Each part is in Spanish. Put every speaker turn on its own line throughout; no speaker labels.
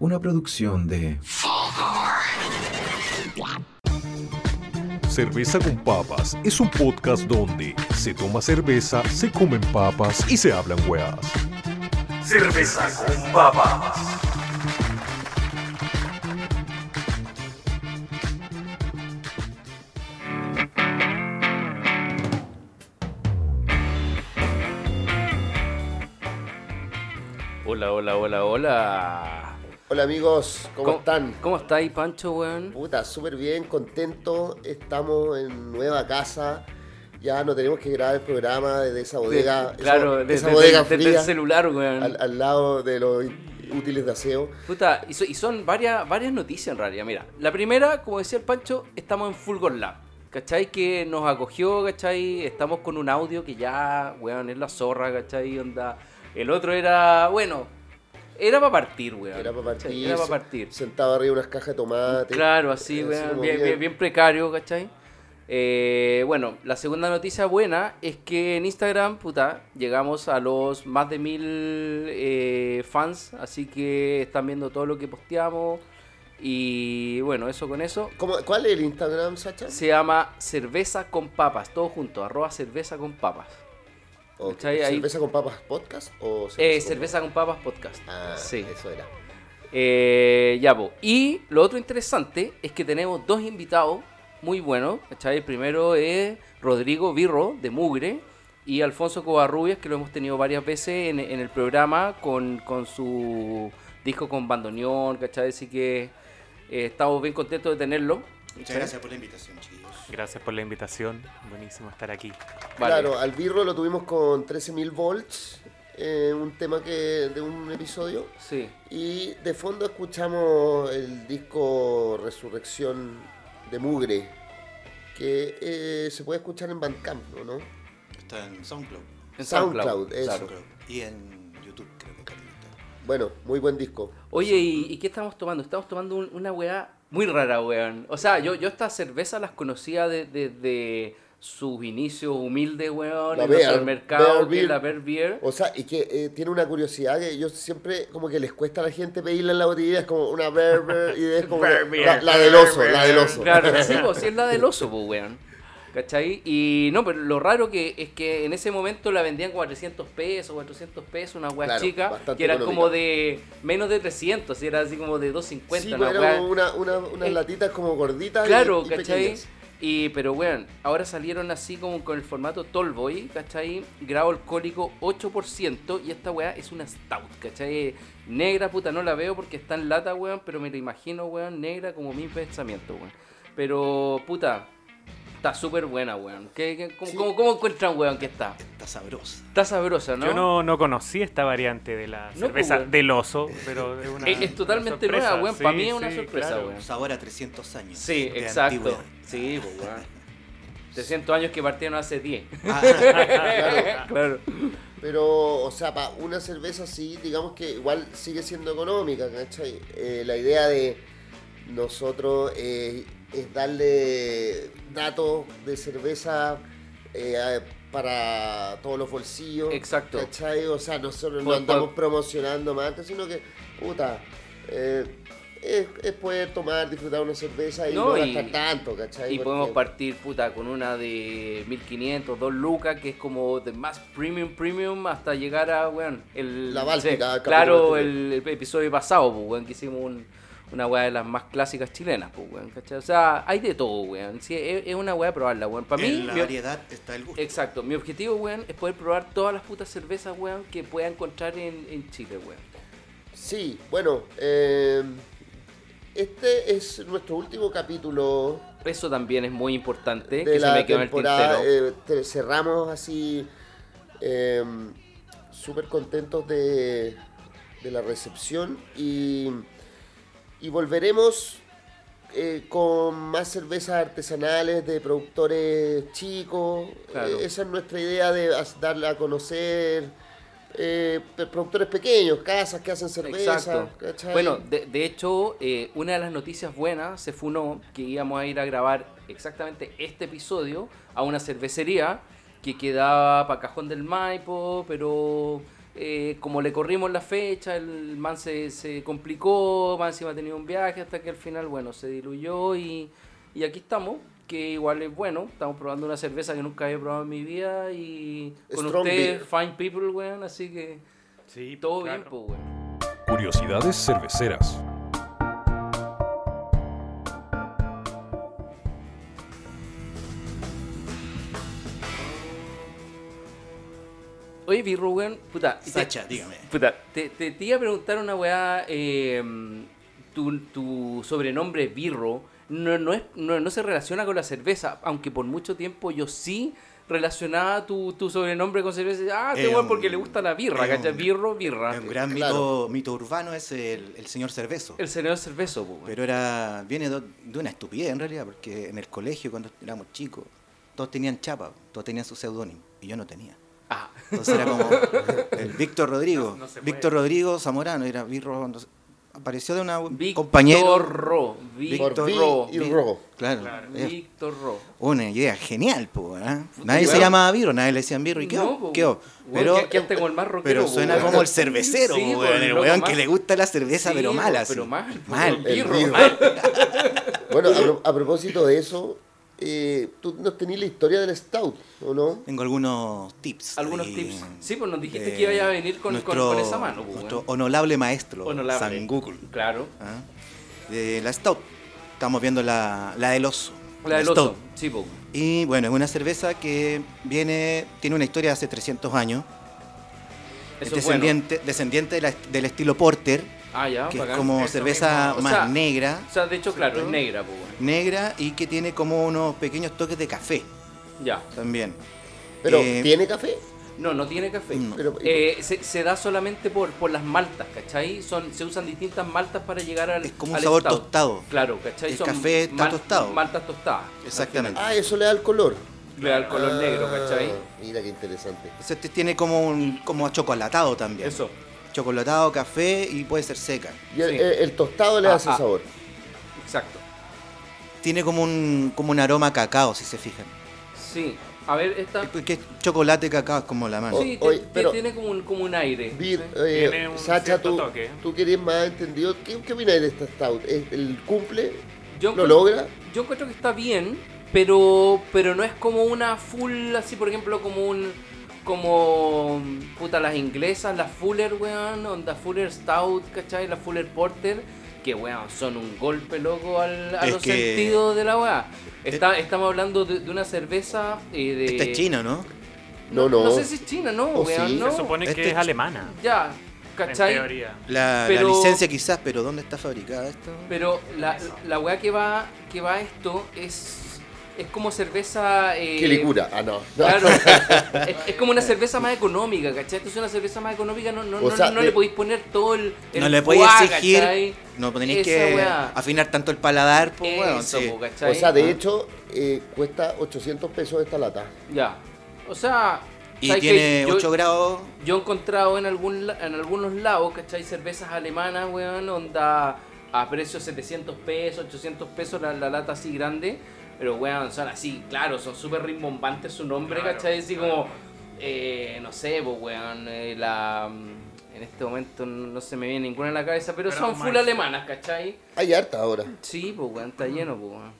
Una producción de
Cerveza con Papas es un podcast donde se toma cerveza, se comen papas y se hablan weas. Cerveza con Papas.
Hola, hola, hola, hola.
Hola amigos, ¿cómo, están?
¿Cómo está ahí, Pancho, weón?
Puta, súper bien, contento. Estamos en nueva casa. Ya no tenemos que grabar el programa desde esa bodega.
De- claro,
esa,
desde
esa bodega
el
fría
celular, weón.
al, al lado de los in- útiles de aseo.
Puta, y, so- y son varias, varias noticias en realidad. Mira, la primera, como decía el Pancho, estamos en Fulgor Lab. ¿Cachai? Que nos acogió, ¿cachai? Estamos con un audio que ya, weón, es la zorra, ¿cachai? Onda. El otro era, bueno, era para partir, weón.
Era para
¿cachai?
partir.
Era para
se-
partir.
Sentado arriba de unas cajas de tomate.
Claro, así,
Eh,
weón,
como
bien, bien- bien precario, ¿cachai? Eh, bueno, la segunda noticia buena es que en Instagram, puta, llegamos a los más de mil eh, fans, así que están viendo todo lo que posteamos. Y bueno, eso con eso.
¿Cómo- ¿Cuál es el Instagram, Sacha?
Se llama Cerveza con Papas, todo junto, arroba cerveza con papas.
Ok,
¿cachai? Ahí-
¿Cerveza con papas podcast? o
Eh,
con-
cerveza con papas podcast.
Ah,
sí.
eso era.
Eh, ya, po. Y lo otro interesante es que tenemos dos invitados muy buenos. ¿cachai? El primero es Rodrigo Birro, de Mugre, y Alfonso Covarrubias, que lo hemos tenido varias veces en, en el programa con, con su disco con bandoneón, ¿cachai? Así que eh, estamos bien contentos de tenerlo.
Muchas gracias por la invitación, chicos.
Gracias por la invitación. Buenísimo estar aquí.
Vale.
Claro, al birro lo tuvimos con 13.000 volts, eh, un tema que de un episodio.
Sí.
Y de fondo escuchamos el disco Resurrección de Mugre, que eh, se puede escuchar en Bandcamp, ¿no? ¿no?
Está en SoundCloud.
En
SoundCloud, eso.
claro.
SoundCloud. Y en YouTube creo que también está.
Bueno, muy buen disco.
Oye, ¿y, y qué estamos tomando? Estamos tomando un- una weá muy rara, weón. O sea, yo, yo estas cervezas las conocía de- desde sus inicios humildes, weón,
La
en los
Bear-
supermercados,
Bear
que es
Beer.
la Bear Beer.
O sea, y que eh, tiene una curiosidad que yo siempre, como que les cuesta a la gente pedirla en la botella, es como una berber, y es como
Bear Beer.
la, la del oso, la del oso.
Claro, sí, pues, sí, es la del oso, pues, weón. ¿Cachai? Y no, pero lo raro que es que en ese momento la vendían como a 300 pesos, 400 pesos, una weá
Claro,
chica,
bastante
que era
económica.
como de menos de 300, y era así como de 250,
Sí, pues,
una
pero
weá.
eran una, una- unas
Eh,
latitas como gorditas. y-
Claro,
y
¿cachai?
pequeñas.
Y, pero weón, ahora salieron así como con el formato Tallboy, ¿cachai? Grado alcohólico 8% y esta weá es una stout, ¿cachai? Negra, puta, no la veo porque está en lata, weón, pero me la imagino, weón, negra como mi pensamiento, weón. Pero, puta, está súper buena, weón. ¿Qué, qué- cómo,
Sí.
cómo- cómo encuentran, weón, que está?
Está sabrosa.
Está sabrosa, ¿no?
Yo no, no conocí esta variante de la
No,
cerveza
pues, weón.
del oso, pero es una.
Es, es totalmente
una sorpresa.
nueva, weón.
Sí,
Para mí es una
sí,
sorpresa,
claro.
weón.
Sabor a 300 años.
Sí,
de
exacto.
antigüedad.
Sí, pues, weón. 300 años que partieron hace 10.
Ah,
claro.
Pero, o sea, para una cerveza sí, digamos que igual sigue siendo económica, ¿cachai? Eh, la idea de nosotros eh, es darle datos de cerveza eh, a- para todos los bolsillos.
Exacto.
¿Cachai? O sea, nosotros no
Por-
andamos
por-
promocionando marcas, sino que, puta, eh, es, es poder tomar, disfrutar una cerveza y
No,
no,
y-
gastar tanto, ¿cachai?
Y podemos
Porque-
partir, puta, con una de 1500, 2 lucas, que es como de más premium, premium, hasta llegar a, weón, el...
La Báltica,
sí,
capítulo
claro, el,
anterior.
el episodio pasado, pues, weón, que hicimos un- una weá de las más clásicas chilenas, pues, weón, ¿cachai? O sea, hay de todo, weón. Sí, es, es una weá probarla, weón. Para mí...
en la
mi-
variedad está el gusto.
Exacto, mi objetivo, weón, es poder probar todas las putas cervezas, weón, que pueda encontrar en, en Chile, weón.
Sí, bueno, eh, este es nuestro último capítulo
Eso también es muy importante,
de
que se
la
me quedó en el
temporada.
tintero.
eh, te- cerramos así eh, súper contentos de, de la recepción y, y volveremos eh, con más cervezas artesanales de productores chicos.
Claro.
Eh, esa es nuestra idea de as- darla a conocer. eh, pe- productores pequeños, casas que hacen cerveza. ¿cachai?
Bueno, de, de hecho, eh, una de las noticias buenas se funó que íbamos a ir a grabar exactamente este episodio a una cervecería que quedaba para Cajón del Maipo, pero eh, como le corrimos la fecha, el man se, se complicó, más encima tenía un viaje, hasta que al final, bueno, se diluyó y, y aquí estamos, que igual es bueno, estamos probando una cerveza que nunca había probado en mi vida y con
Strong
ustedes,
beer.
fine people, weón, así que
Sí,
todo
claro.
bien, pues, weón.
Curiosidades cerveceras.
Oye, Birro, weón, puta, y te-
Sacha, dígame.
Puta, te, te, te iba a preguntar una weá. eh, tu, tu sobrenombre Birro no, no, es, no, no se relaciona con la cerveza, aunque por mucho tiempo yo sí relacionaba tu, tu sobrenombre con cerveza. Ah,
Es
este weón
un-
porque le gusta la birra,
es un-
¿cachai? Birro, birra.
Un gran
Claro.
mito, mito urbano es el, el señor Cervezo.
El señor cervezo, po, weón.
Pero era viene do- de una estupidez en realidad, porque en el colegio cuando éramos chicos, todos tenían chapa, todos tenían su seudónimo, y yo no tenía.
Ah,
Entonces era como el Víctor Rodrigo.
No- no se puede.
Víctor Rodrigo Zamorano era birro. no sé, apareció de una
Víctor
compañero.
Ro.
Por
Víctor
Víctor
vi
Ro.
y Ro.
Claro. es
Víctor Ro.
Una idea genial, po, ¿verdad?
Puta,
Nadie se
weón.
llamaba Viro, nadie le decían Viro. ¿Y qué?
No,
o-
po,
qué o?
weón. Weón,
Pero,
que- que este con el más rockero,
pero
po,
suena
weón.
como el cervecero,
Sí,
po,
po,
weón, el
loco
weón
más-
que le gusta la cerveza,
Sí,
pero
weón,
mal así.
Pero mal. po,
Mal.
weón.
El
Birro,
birro.
mal.
Bueno, a, pro- a propósito de eso, eh, tú nos tenías la historia del Stout, ¿o no?
Tengo algunos tips.
Algunos
de-
tips. Sí, pues nos dijiste
de
que iba a venir con, con-
nuestro-
con esa mano, po,
Nuestro
weón.
honorable maestro,
Honorable.
Sangukul.
Claro.
¿ah? De la Stout. Estamos viendo la, la del oso.
La del
Stout.
oso. Sí, pues. po.
Y bueno, es una cerveza que viene, tiene una historia de hace 300 años. Es
Eso es bueno.
descendiente, descendiente de la- del estilo porter,
Ah, ya,
que es
bacán.
como
Eso
cerveza
mismo. O
más
sea-
negra,
O sea, de hecho, claro, es
¿Cierto?
negra, pues, po, weón.
negra y que tiene como unos pequeños toques de café
Ya.
también.
Pero,
Eh,
¿tiene café?
No, no tiene café.
No.
Pero,
Eh, se, se da solamente por, por las maltas, ¿cachai? Son, se usan distintas maltas para llegar al.
Es como un
al
sabor
stout.
tostado.
Claro, ¿cachai?
El café está tostado.
Maltas tostadas.
Exactamente.
Ah, eso le da el color.
Le da el color
Ah,
negro, ¿cachai?
Mira qué interesante.
Entonces este tiene como un como achocolatado también.
Eso.
Chocolatado, café y puede ser seca.
Y el,
Sí.
el- el tostado le
Ah,
hace
ah.
sabor.
Exacto.
Tiene como un, como un aroma a cacao, si se fijan.
Sí. A ver, esta.
Es Porque es chocolate cacao es como la mano.
Oh,
Ah. Sí, ti-
oye,
ti-
pero-
tiene como un, como un aire.
Bir,
¿cachai?
eh,
Tiene un
Sacha,
cierto
tú,
toque.
tú que eres más entendido, ¿qué, qué opinas de esta Stout? ¿Es- ¿El cumple?
Yo
¿Lo
encuentro-
logra?
Yo encuentro que está bien, pero pero no es como una full, así por ejemplo, como un. Como. Puta, las inglesas, las Fuller, weón, onda Fuller Stout, ¿cachai? Las Fuller Porter, que weón, son un golpe loco al, a
Es
los
que- Eh,
sentidos de la weá. Está, estamos hablando de, de una cerveza eh, de.
Esta Este es china, ¿no?
No, no.
No sé si es china, no,
Oh,
weón,
sí.
no.
Se supone que
Este
es
ch-
alemana.
Ya, ¿cachai?
En teoría.
La, la
Pero-
licencia quizás, pero ¿dónde está fabricada esta?
Pero la, la weá que va, que va esto es, es como cerveza. Eh,
¿Qué licura? Ah, no. no.
Claro, es, es como una cerveza más económica, ¿cachai? Entonces una cerveza más económica no, no,
O
no,
sea, eh,
no
de-
le podéis poner todo el, el
no le podéis
guá,
exigir,
¿cachai?
no tenéis
Esa
que
weá.
afinar tanto el paladar, pues weón,
Eso,
sí.
po, ¿cachai?
O sea, de
Ah.
hecho, eh, cuesta 800 pesos esta lata.
Ya. O sea...
Y
¿sabes qué?
tiene
Yo-
8 grados.
Yo he encontrado en, algún, la- en algunos lados, ¿cachai? Cervezas alemanas, weón, onda a precios 700 pesos, 800 pesos la, la lata así grande. Pero, weón, son así, claro, son súper rimbombantes su nombre,
Claro,
¿cachai? Así
claro.
como, eh, no sé, pues, weón, eh, la... En este momento no se me viene ninguna en la cabeza, pero,
Pero
son full
Meister.
alemanas, ¿cachai?
Hay harta ahora.
Sí, pues, weón, está lleno, pues, weón.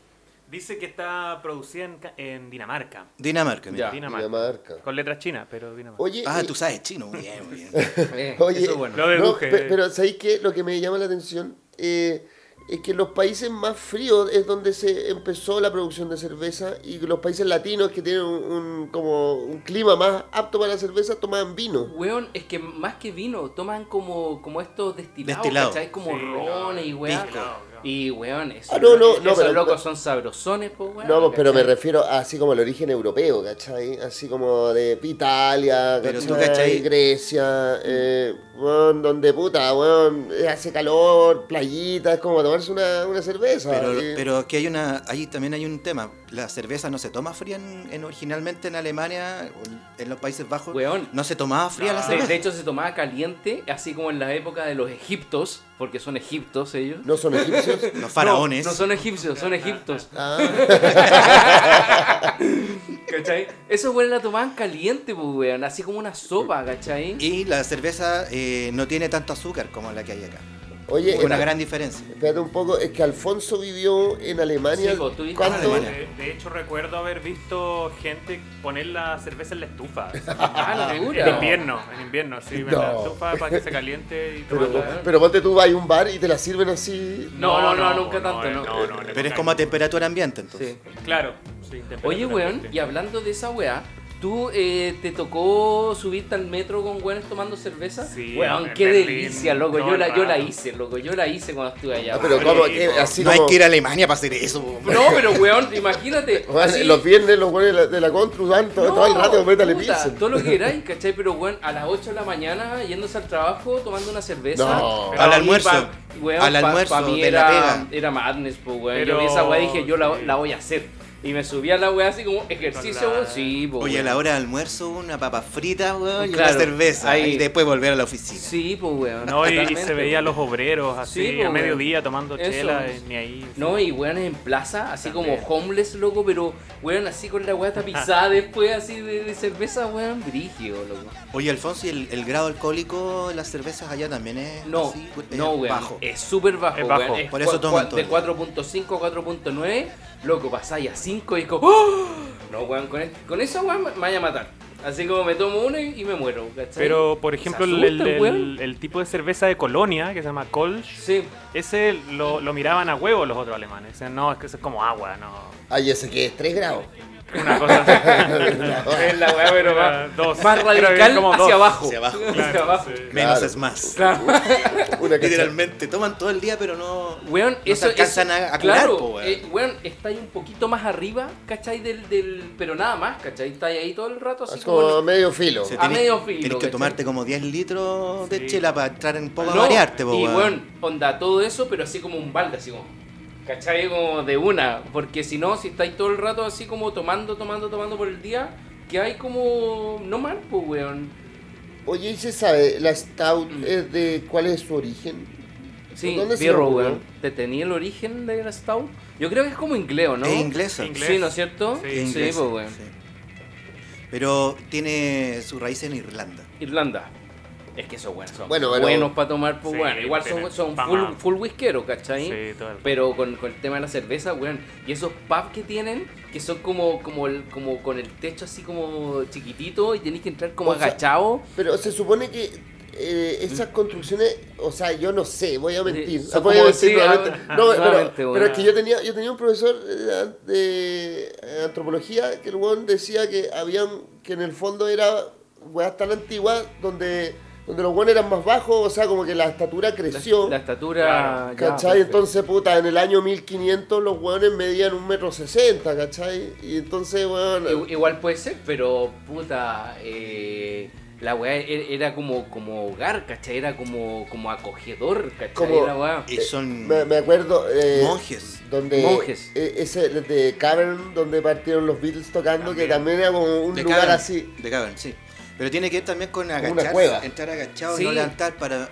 Dice que está producida en, ca- en Dinamarca.
Dinamarca, mira.
Ya.
Dinamarca.
Dinamarca.
Con letras chinas, pero Dinamarca.
Oye,
Ah,
eh,
tú sabes chino, muy bien, muy bien.
Eh,
Oye,
eso es bueno.
Lo
no,
deduje.
pe- pero ¿sabéis qué? Lo que me llama la atención eh, es que en los países más fríos es donde se empezó la producción de cerveza y los países latinos que tienen un, un- como un clima más apto para la cerveza tomaban vino.
Weón, es que más que vino, toman como, como estos destilados,
Destilado.
¿cachai? Como
Sí,
rones y weón.
pisco.
Y weón, esos,
Ah, no, no, no,
esos
pero-
locos son sabrosones, pues weón.
No, pero me
¿cachai?
refiero a así como el origen europeo, ¿cachai? Así como de Italia,
Pero tú,
¿cachai?
¿cachai?
Grecia, eh, weón, donde puta, weón, eh, hace calor, playita, es como tomarse una, una cerveza.
Pero,
eh.
pero aquí hay una, ahí también hay un tema. La cerveza no se toma fría en, en- originalmente en Alemania, o en los Países Bajos.
Weón.
No se tomaba fría la
No.
Ah, De,
cerveza.
de hecho, se tomaba caliente, así como en la época de los egiptos, porque son egiptos ellos.
¿No son egipcios?
los faraones.
No, no son egipcios, son egiptos.
Ah.
¿Cachai? Esos buenos la tomaban caliente, pues, weón. Así como una sopa, ¿cachai?
Y la cerveza eh, no tiene tanto azúcar como la que hay acá.
Oye,
una
espérate-
gran diferencia.
espérate un poco, es que Alfonso vivió en Alemania.
Sí, vos, tú viviste en
¿Cuánto?
Alemania.
De, de hecho, recuerdo haber visto gente poner la cerveza en la estufa.
Ah, la
En,
dura.
en invierno, en invierno, sí, en la
No.
estufa para que se caliente y
Pero,
tomarla.
pero ponte tú, vas a un bar y te la sirven así.
No, no, no, nunca tanto, no.
en la
Pero es
época
como a
no.
temperatura ambiente, entonces.
Sí.
Claro, sí.
Oye,
temperatura
weón,
ambiente.
y hablando de esa weá, ¿tú eh, te tocó subirte al metro con weones tomando cerveza?
Sí,
weón,
en
qué
Berlín,
delicia, loco.
todo
Yo
el
la, yo la
rato.
hice, loco. Yo la hice cuando estuve allá.
Ah,
weón.
pero ¿cómo? ¿Qué?
rico.
así
no
como-
hay que ir a Alemania para hacer eso. po.
No, pero weón, imagínate.
Bueno,
así-
Los viernes los güeyes de la- de la Contru dan todo,
No,
todo el rato, métale
puta,
pizza.
Todo lo que queráis, ¿cachai? Pero weón, a las 8 de la mañana, yéndose al trabajo, tomando una cerveza.
No.
Pero
Al
a mí,
almuerzo.
pa- weón,
Al
pa-
almuerzo
pa' mí
de
era,
la pega.
Era madness, pues, weón. Yo
Pero-
vi esa weá y dije, yo la,
sí.
la voy a hacer. Y me subí a la weá así como ejercicio,
Claro.
weón. Sí, pues.
Oye, a la hora de almuerzo, una papa frita, weón, y
Claro,
una cerveza.
ahí.
Y después volver a la oficina.
Sí, pues, weón.
No, y- y,
totalmente,
se veía a
weón.
los obreros así,
Sí, po,
a
weón.
mediodía tomando
Eso.
chela, eh, ni ahí. sí.
No, y weón en plaza, así como
También.
homeless, loco, pero weón así con la weá tapizada después, así de, de cerveza, weón, brigio, loco.
Oye, Alfonso, ¿y el, el grado alcohol de las cervezas allá también es
No,
así? pues, Es
no, weón. Eh,
bajo.
Es súper bajo,
Es bajo.
weón. Es
Por eso
cua-
toman
cua-
todo.
De 4.5 a 4.9, loco, pasáis a 5 y es como.
¡Ah!
¡oh! No, weón, con, este- con eso, weón, me vaya a matar. Así como me tomo uno y, y me muero, ¿cachai?
Pero, por ejemplo, el, el-
asustan,
el-
weón.
el tipo de cerveza de Colonia, que se llama Kolsch,
Sí.
ese lo, lo miraban a huevo los otros alemanes. Decían, no, es que eso es como agua, no.
Ay, ese que es 3 grados.
Una cosa así.
Es la weá, pero
Era
más,
dos.
más
Creo que
radical
como
hacia
dos.
abajo.
Hacia abajo,
Hacia abajo.
sí.
Menos
Claro.
es más.
Claro.
Una cacha-
Literalmente, toman todo el día, pero no.
Weón,
No se
eso
alcanzan
eso-
a- a
claro,
curar, po, weón.
eh, weón, está ahí un poquito más arriba, ¿cachai? Del, del, pero nada más, ¿cachai? Está ahí todo el rato así
Es como medio filo.
Se
A medio filo,
Tienes que
¿cachai?
tomarte como 10 litros de
Sí.
chela para entrar un poco
No,
a variarte, po,
Y
weón.
weón, onda todo eso, pero así como un balde, así como. ¿Cachai? Como de una. Porque si no, si estáis todo el rato así como tomando, tomando, tomando por el día, que hay como. No mal, pues, weón.
Oye, ¿y se sabe la Stout
Mm.
es de cuál es su origen?
Sí,
¿Dónde se
birro,
lo ocurrió?
weón. ¿Te tenía el origen de la Stout? Yo creo que es como ingleo, ¿no?
Es inglesa.
Inglés.
Sí, ¿no es cierto?
Sí.
Es
sí pues,
inglesa,
weón.
sí. Pero tiene su raíz en Irlanda.
Irlanda. Es que esos buenos son
Bueno, pero-
buenos para tomar, pues
Sí,
bueno. Igual son,
tienen
son full,
fama.
full whiskeros, ¿cachai?
Sí, todo el rato.
Pero con, con el tema de la cerveza, weón. Y esos pubs que tienen, que son como como el- como con el techo así como chiquitito y tenéis que entrar como
O sea-
agachado.
Pero se supone que eh, esas construcciones, o sea, yo no sé, voy a mentir.
Sí, son
voy a
como-
mentir
sí,
nuevamente.
ah,
no, pero,
nuevamente,
pero
bueno.
es que yo tenía, yo tenía un profesor eh, de eh, antropología que el weón decía que habían, que en el fondo era weas tan antiguas donde, donde los weones eran más bajos, o sea, como que la estatura
La,
creció.
la estatura.
Claro,
ya,
oh. ¿Cachai?
perfecto.
Entonces, puta, en el año 1500 los hueones medían un metro sesenta, ¿cachai? Y entonces,
I-
weón,
Igual puede ser, pero puta. eh, la weá e- era como, como hogar, ¿cachai? Era como, como acogedor, ¿cachai?
Como-
la weá.
Y son.
me, me acuerdo... eh,
Monjes.
Donde,
Monjes.
eh, ese de Cavern, donde partieron los Beatles tocando, que también era como un
de
lugar
cavern,
así.
De cavern, sí. Pero tiene que ver también con
una
agacharse,
cueva.
entrar agachado
Sí.
y no levantar para.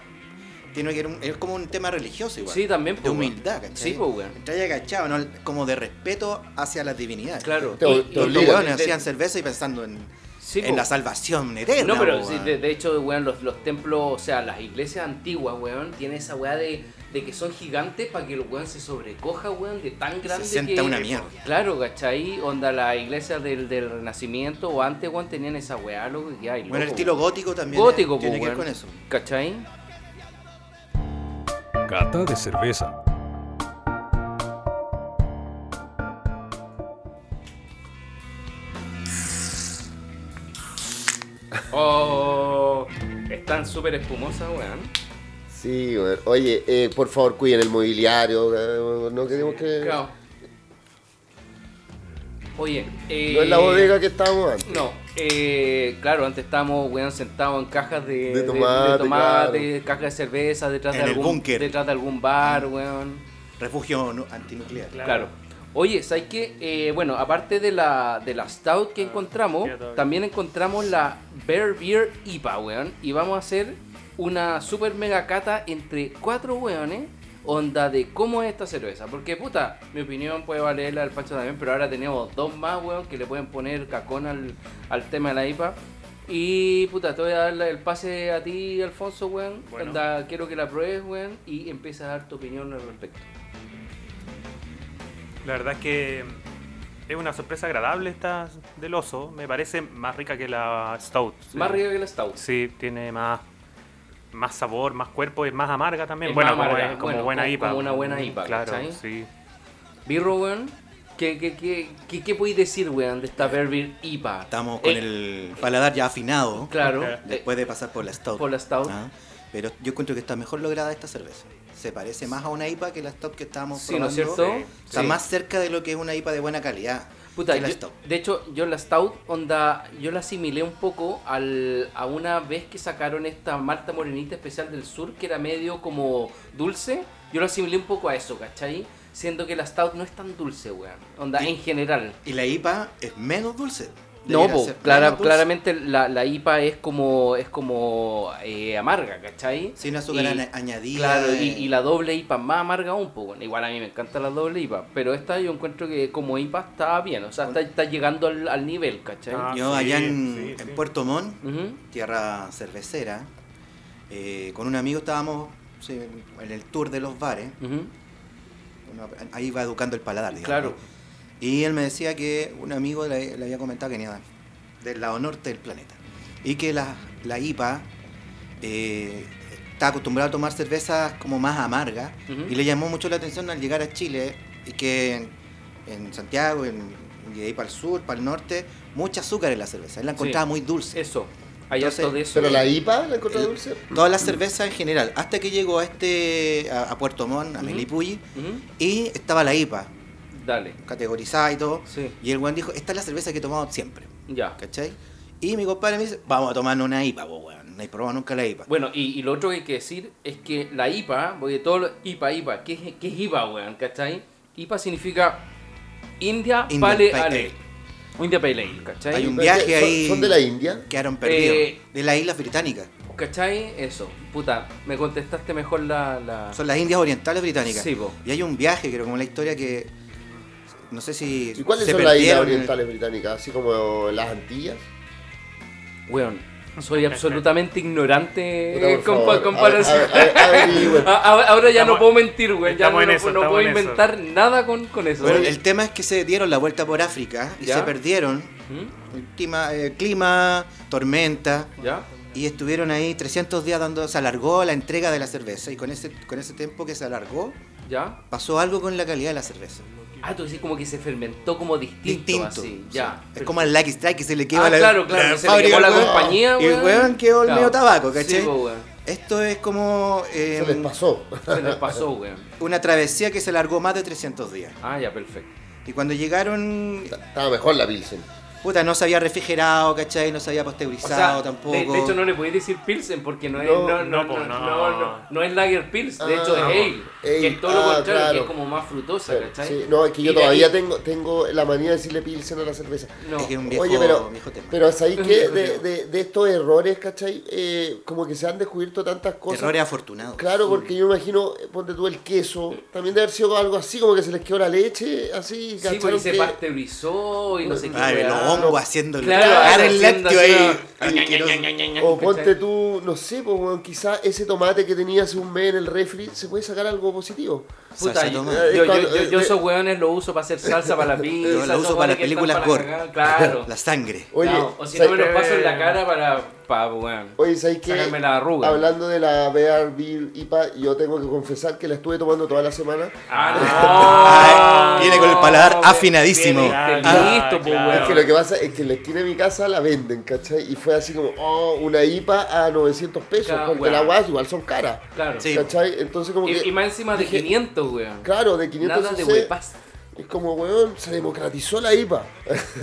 Tiene que ver un- es como un tema religioso igual.
Sí, también,
De
po, weón.
humildad,
Sí,
¿cachai?
po, weón.
Entrar agachado, ¿no? como de respeto hacia las divinidades.
Claro.
Te-
Y-
te
Y
y-
obligan.
Los
weones
weones
de-
hacían cerveza y pensando en,
Sí,
en
po.
la salvación eterna.
No, pero
po,
sí,
weón.
de, de hecho, weón, los, los templos, o sea, las iglesias antiguas, weón, tiene esa weá de, de que son gigantes para que el weón se sobrecoja, weón, de tan grande
sienta
que...
una mierda.
Claro, ¿cachai? Onda, las iglesias del, del Renacimiento o antes, weón, tenían esa weá, loco, que hay,
Bueno, el estilo gótico también
gótico,
eh, tiene
po,
que ver
weón.
con eso.
¿Cachai?
Cata de cerveza.
Oh, están súper espumosas, weón.
Sí, weón. Oye, eh, por favor, cuiden el mobiliario. eh, No queremos que.
Claro. Oye, eh...
No es la bodega que estábamos antes.
No, eh, claro, antes estábamos weón, sentados en cajas de,
De tomate,
tomate, cajas de cerveza, detrás
En
de
el
algún
búnker.
detrás de algún bar, weón.
Refugio nu- antinuclear.
Claro.
Claro. Oye, ¿sabes qué? Eh, bueno, aparte de la, de la Stout que
Ah,
encontramos,
ya, todavía.
también encontramos la Bear Beer IPA, weón. Y vamos a hacer una super mega cata entre cuatro weones. onda de cómo es esta cerveza. Porque, puta, mi opinión puede valer la del Pancho también, pero ahora tenemos dos más, weón, que le pueden poner cacón al, al tema de la IPA. Y, puta, te voy a dar la- el pase a ti, Alfonso, weón.
Bueno.
Onda, quiero que la pruebes, weón, y empieza a dar tu opinión al respecto.
La verdad es que es una sorpresa agradable esta del oso. Me parece más rica que la Stout.
Más rica que la Stout.
Sí, tiene más, más sabor, más cuerpo, es más amarga también.
Es
bueno,
más
como,
amarga,
es- como
bueno,
buena
como-
IPA.
como una buena IPA,
Claro,
¿cachai?
sí.
Birro, weón. ¿Qué, qué, qué, qué, qué podéis decir, weón, de esta Beer IPA?
Estamos con
Eh,
el paladar ya afinado.
Claro.
Ajá.
eh,
Después de pasar por la Stout.
por la Stout.
Ah, Pero yo encuentro que está mejor lograda esta cerveza. Se parece más a una IPA que la Stout que estábamos
Sí, ¿no es
probando.
cierto?
Sí.
Está
Sí.
más cerca de lo que es una IPA de buena calidad.
Puta,
que la
yo-
Stout.
de hecho, yo la Stout, onda, yo la asimilé un poco al, a una vez que sacaron esta malta morenita especial del sur, que era medio como dulce. Yo la asimilé un poco a eso, ¿cachai? Siendo que la Stout no es tan dulce, weón. Onda, en general.
Y la IPA es menos dulce.
No,
Debería
po,
ser menos
clara-
dulce.
claramente la, la IPA es como, es como eh, amarga, ¿cachai?
Sin azúcar
Y-
ana- añadida.
Claro, y,
eh,
y la doble IPA más amarga un poco. igual a mí me encanta la doble IPA, pero esta yo encuentro que como IPA está bien, o sea, está, está llegando al, al nivel, ¿cachai?
Ah.
Yo
sí,
allá en,
sí,
en
sí.
Puerto Montt
Ujú.
tierra cervecera, eh, con un amigo estábamos sí, en el tour de los bares,
Ujú,
uno- ahí va educando el paladar, digamos.
Claro.
Y él me decía que un amigo le, le había comentado que venía del lado norte del planeta y que la, la IPA eh, está acostumbrada a tomar cervezas como más amargas
Ujú.
y le llamó mucho la atención al llegar a Chile y que en, en Santiago, en, y de ahí para el sur, para el norte, mucha azúcar en la cerveza. Él la
Sí.
encontraba muy dulce.
Eso, hay
Entonces,
harto de eso.
Pero la IPA la encontré
El-
dulce.
Todas las cervezas en general, hasta que llegó a este a, a Puerto Montt, a
Ujú.
Melipulli,
Ujú,
y estaba la IPA,
Dale,
categorizada y todo.
Sí.
Y el weón dijo, esta es la cerveza que he tomado siempre,
ya.
¿cachai? Y mi compadre me dice, vamos a tomar una IPA, po, weón. No he probado nunca la IPA.
Bueno, y, y lo otro que hay que decir es que la IPA, porque todo lo, IPA, IPA, ¿qué, es- qué es IPA, weón? ¿Cachai? IPA significa India,
India
Pale
Pale
Ale. India Pale Ale, ¿cachai?
Hay un
Pero
viaje
¿son-
ahí.
¿Son de la India?
Quedaron perdidos.
Eh,
De las Islas Británicas.
¿Cachai? Eso. Puta, me contestaste mejor la... la...
Son las Indias Orientales Británicas.
ah. Sí, po.
Y hay un viaje, creo, como la historia que... No sé si...
¿Y cuáles
se
son las islas
perdieron en el-
orientales británicas? Así como las Antillas.
Weón, soy absolutamente ignorante en
Puta, por
Eh, compa-
favor,
comparación.
a- a- a- averigüen.
A- a- Ahora ya no
Estamos-
puedo mentir, weón. Ya no,
estamos en
no-
eso,
no
estamos
puedo
en eso.
inventar nada con, con eso.
Bueno, el tema es que se dieron la vuelta por África y
¿Ya?
se perdieron.
¿Mm?
El clima, eh, clima, tormenta.
¿Ya?
Y estuvieron ahí 300 días dando. Se alargó la entrega de la cerveza. Y con ese, con ese tiempo que se alargó,
¿Ya?
pasó algo con la calidad de la cerveza.
Ah, tú decís como que se fermentó como distinto,
Distinto.
así.
Sí.
Ya.
Es como al Lucky Strike que se le quedó
Ah,
la,
claro, claro, que se le
fábrica,
quemó la
weón.
compañía,
Y el
weón.
weón quedó el
Claro.
medio tabaco, ¿cachai?
Sí, pues, po, weón.
Esto es como eh,
Se les pasó.
Se nos pasó, weón.
una travesía que se alargó más de 300 días.
Ah, ya, perfecto.
Y cuando llegaron,
Estaba mejor la Pilsen.
puta, no se había refrigerado, ¿cachai? No se había
O
pasteurizado
sea,
tampoco.
de, de hecho no le podéis decir Pilsen porque no es,
No,
no, no,
no,
no,
po, no.
no, no- no es Lager Pils, de
Ah,
hecho es
no.
Ale, que es todo lo
Ale, ah,
contrario, que
claro.
es como más frutosa, ¿cachai?
Sí, no, es que yo
Y de
todavía
ahí-
tengo, tengo la manía de decirle Pilsen a la cerveza.
no.
Es que un viejo,
Oye, pero,
viejo tema.
pero ¿sabéis qué?
Un viejo
De,
tema.
de- de estos errores, ¿cachai? Eh, como que se han descubierto tantas cosas.
Errores afortunados.
Claro, porque yo imagino, eh, ponte tú el queso, también debe haber sido algo así, como que se les quedó la leche, así,
Sí,
¿cacharon
porque pues, se
que-
pasteurizó y no sé qué.
Ay,
weá.
los hongos haciendo
Claro,
el
haciendo
lácteo
así
ahí.
una-
Ay, que no-
O ponte tú, no sé, pues, weón, quizá ese tomate que tenía hace un mes en el refri, se puede sacar algo positivo.
Puta,
Salsa
yo,
tomate.
yo,
tomate.
yo- yo- yo esos weones los uso para hacer salsa para la pizza.
Yo la
esos
uso
weones
para las
que están
películas
para
gore.
cagar, Claro.
La sangre.
Oye,
Claro, o si no
¿sabes-
me los paso en la cara para, para weón.
Oye, ¿sabes qué?
Sacarme la arruga.
Hablando de la Bear Beer IPA, yo tengo que confesar que la estuve tomando toda la semana.
Ah,
no.
viene con el paladar
weón.
afinadísimo.
Viene
Ah,
listo,
claro,
pues,
claro.
weón.
Es que lo que pasa es que en la esquina de mi casa la venden, ¿cachai? Y fue así como, oh, una IPA a 900 pesos,
Claro,
porque
weón.
las guas igual son caras.
Claro.
Sí.
¿Cachai? Entonces como que...
Y, y más encima de
dije,
500, weón.
Claro, de 500
Nada de
cc,
huepas.
Es como, weón, se democratizó la IPA.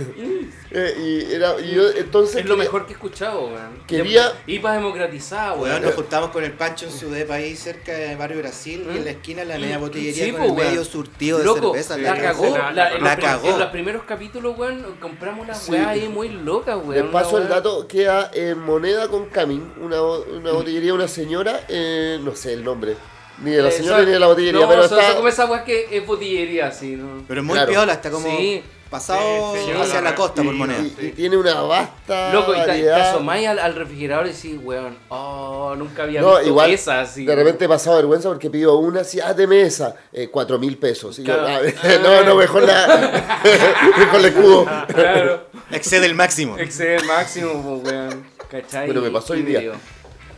Eh, y, era, y yo entonces...
Es lo
quería-
mejor que he escuchado, weón.
Quería-
IPA democratizada,
Ah, Weón,
weón.
nos juntamos con el Pancho en su depa ahí cerca de Barrio Brasil y en la esquina la media botillería
Mm, Sí,
con
po,
el
weón.
medio surtido de
Loco,
cerveza.
La cagó.
la-
la-
la
en, los prim-
cagó.
en los primeros capítulos, weón, compramos unas
Sí.
weas ahí muy locas, weón.
Les
una
paso el
wea-
dato,
Mm.
queda en Moneda con Camin, una, bo- una botillería, una señora, eh, no sé el nombre, Ni de la
Eh,
señora
son-
ni de la botillería,
no,
pero
son-
está.
son como esa weá que es botillería, así, ¿no?
Pero es muy
Claro.
piola, está como
Sí.
pasado
Sí, sí,
hacia
yo-
la costa por
y-
moneda.
y, y tiene una vasta.
Loco, y te, te
variedad.
asomáis al, al refrigerador y decís, weón, oh, nunca había
No,
visto
igual.
esa, así.
De repente he pasado vergüenza porque pido una así, ah, deme esa, eh, cuatro mil pesos. Y yo,
Claro.
ah, no, no, mejor la. mejor la escudo.
Claro.
Excede el máximo.
Excede el máximo, pues, weón. ¿Cachai?
Bueno, me pasó hoy día.
Híbrido.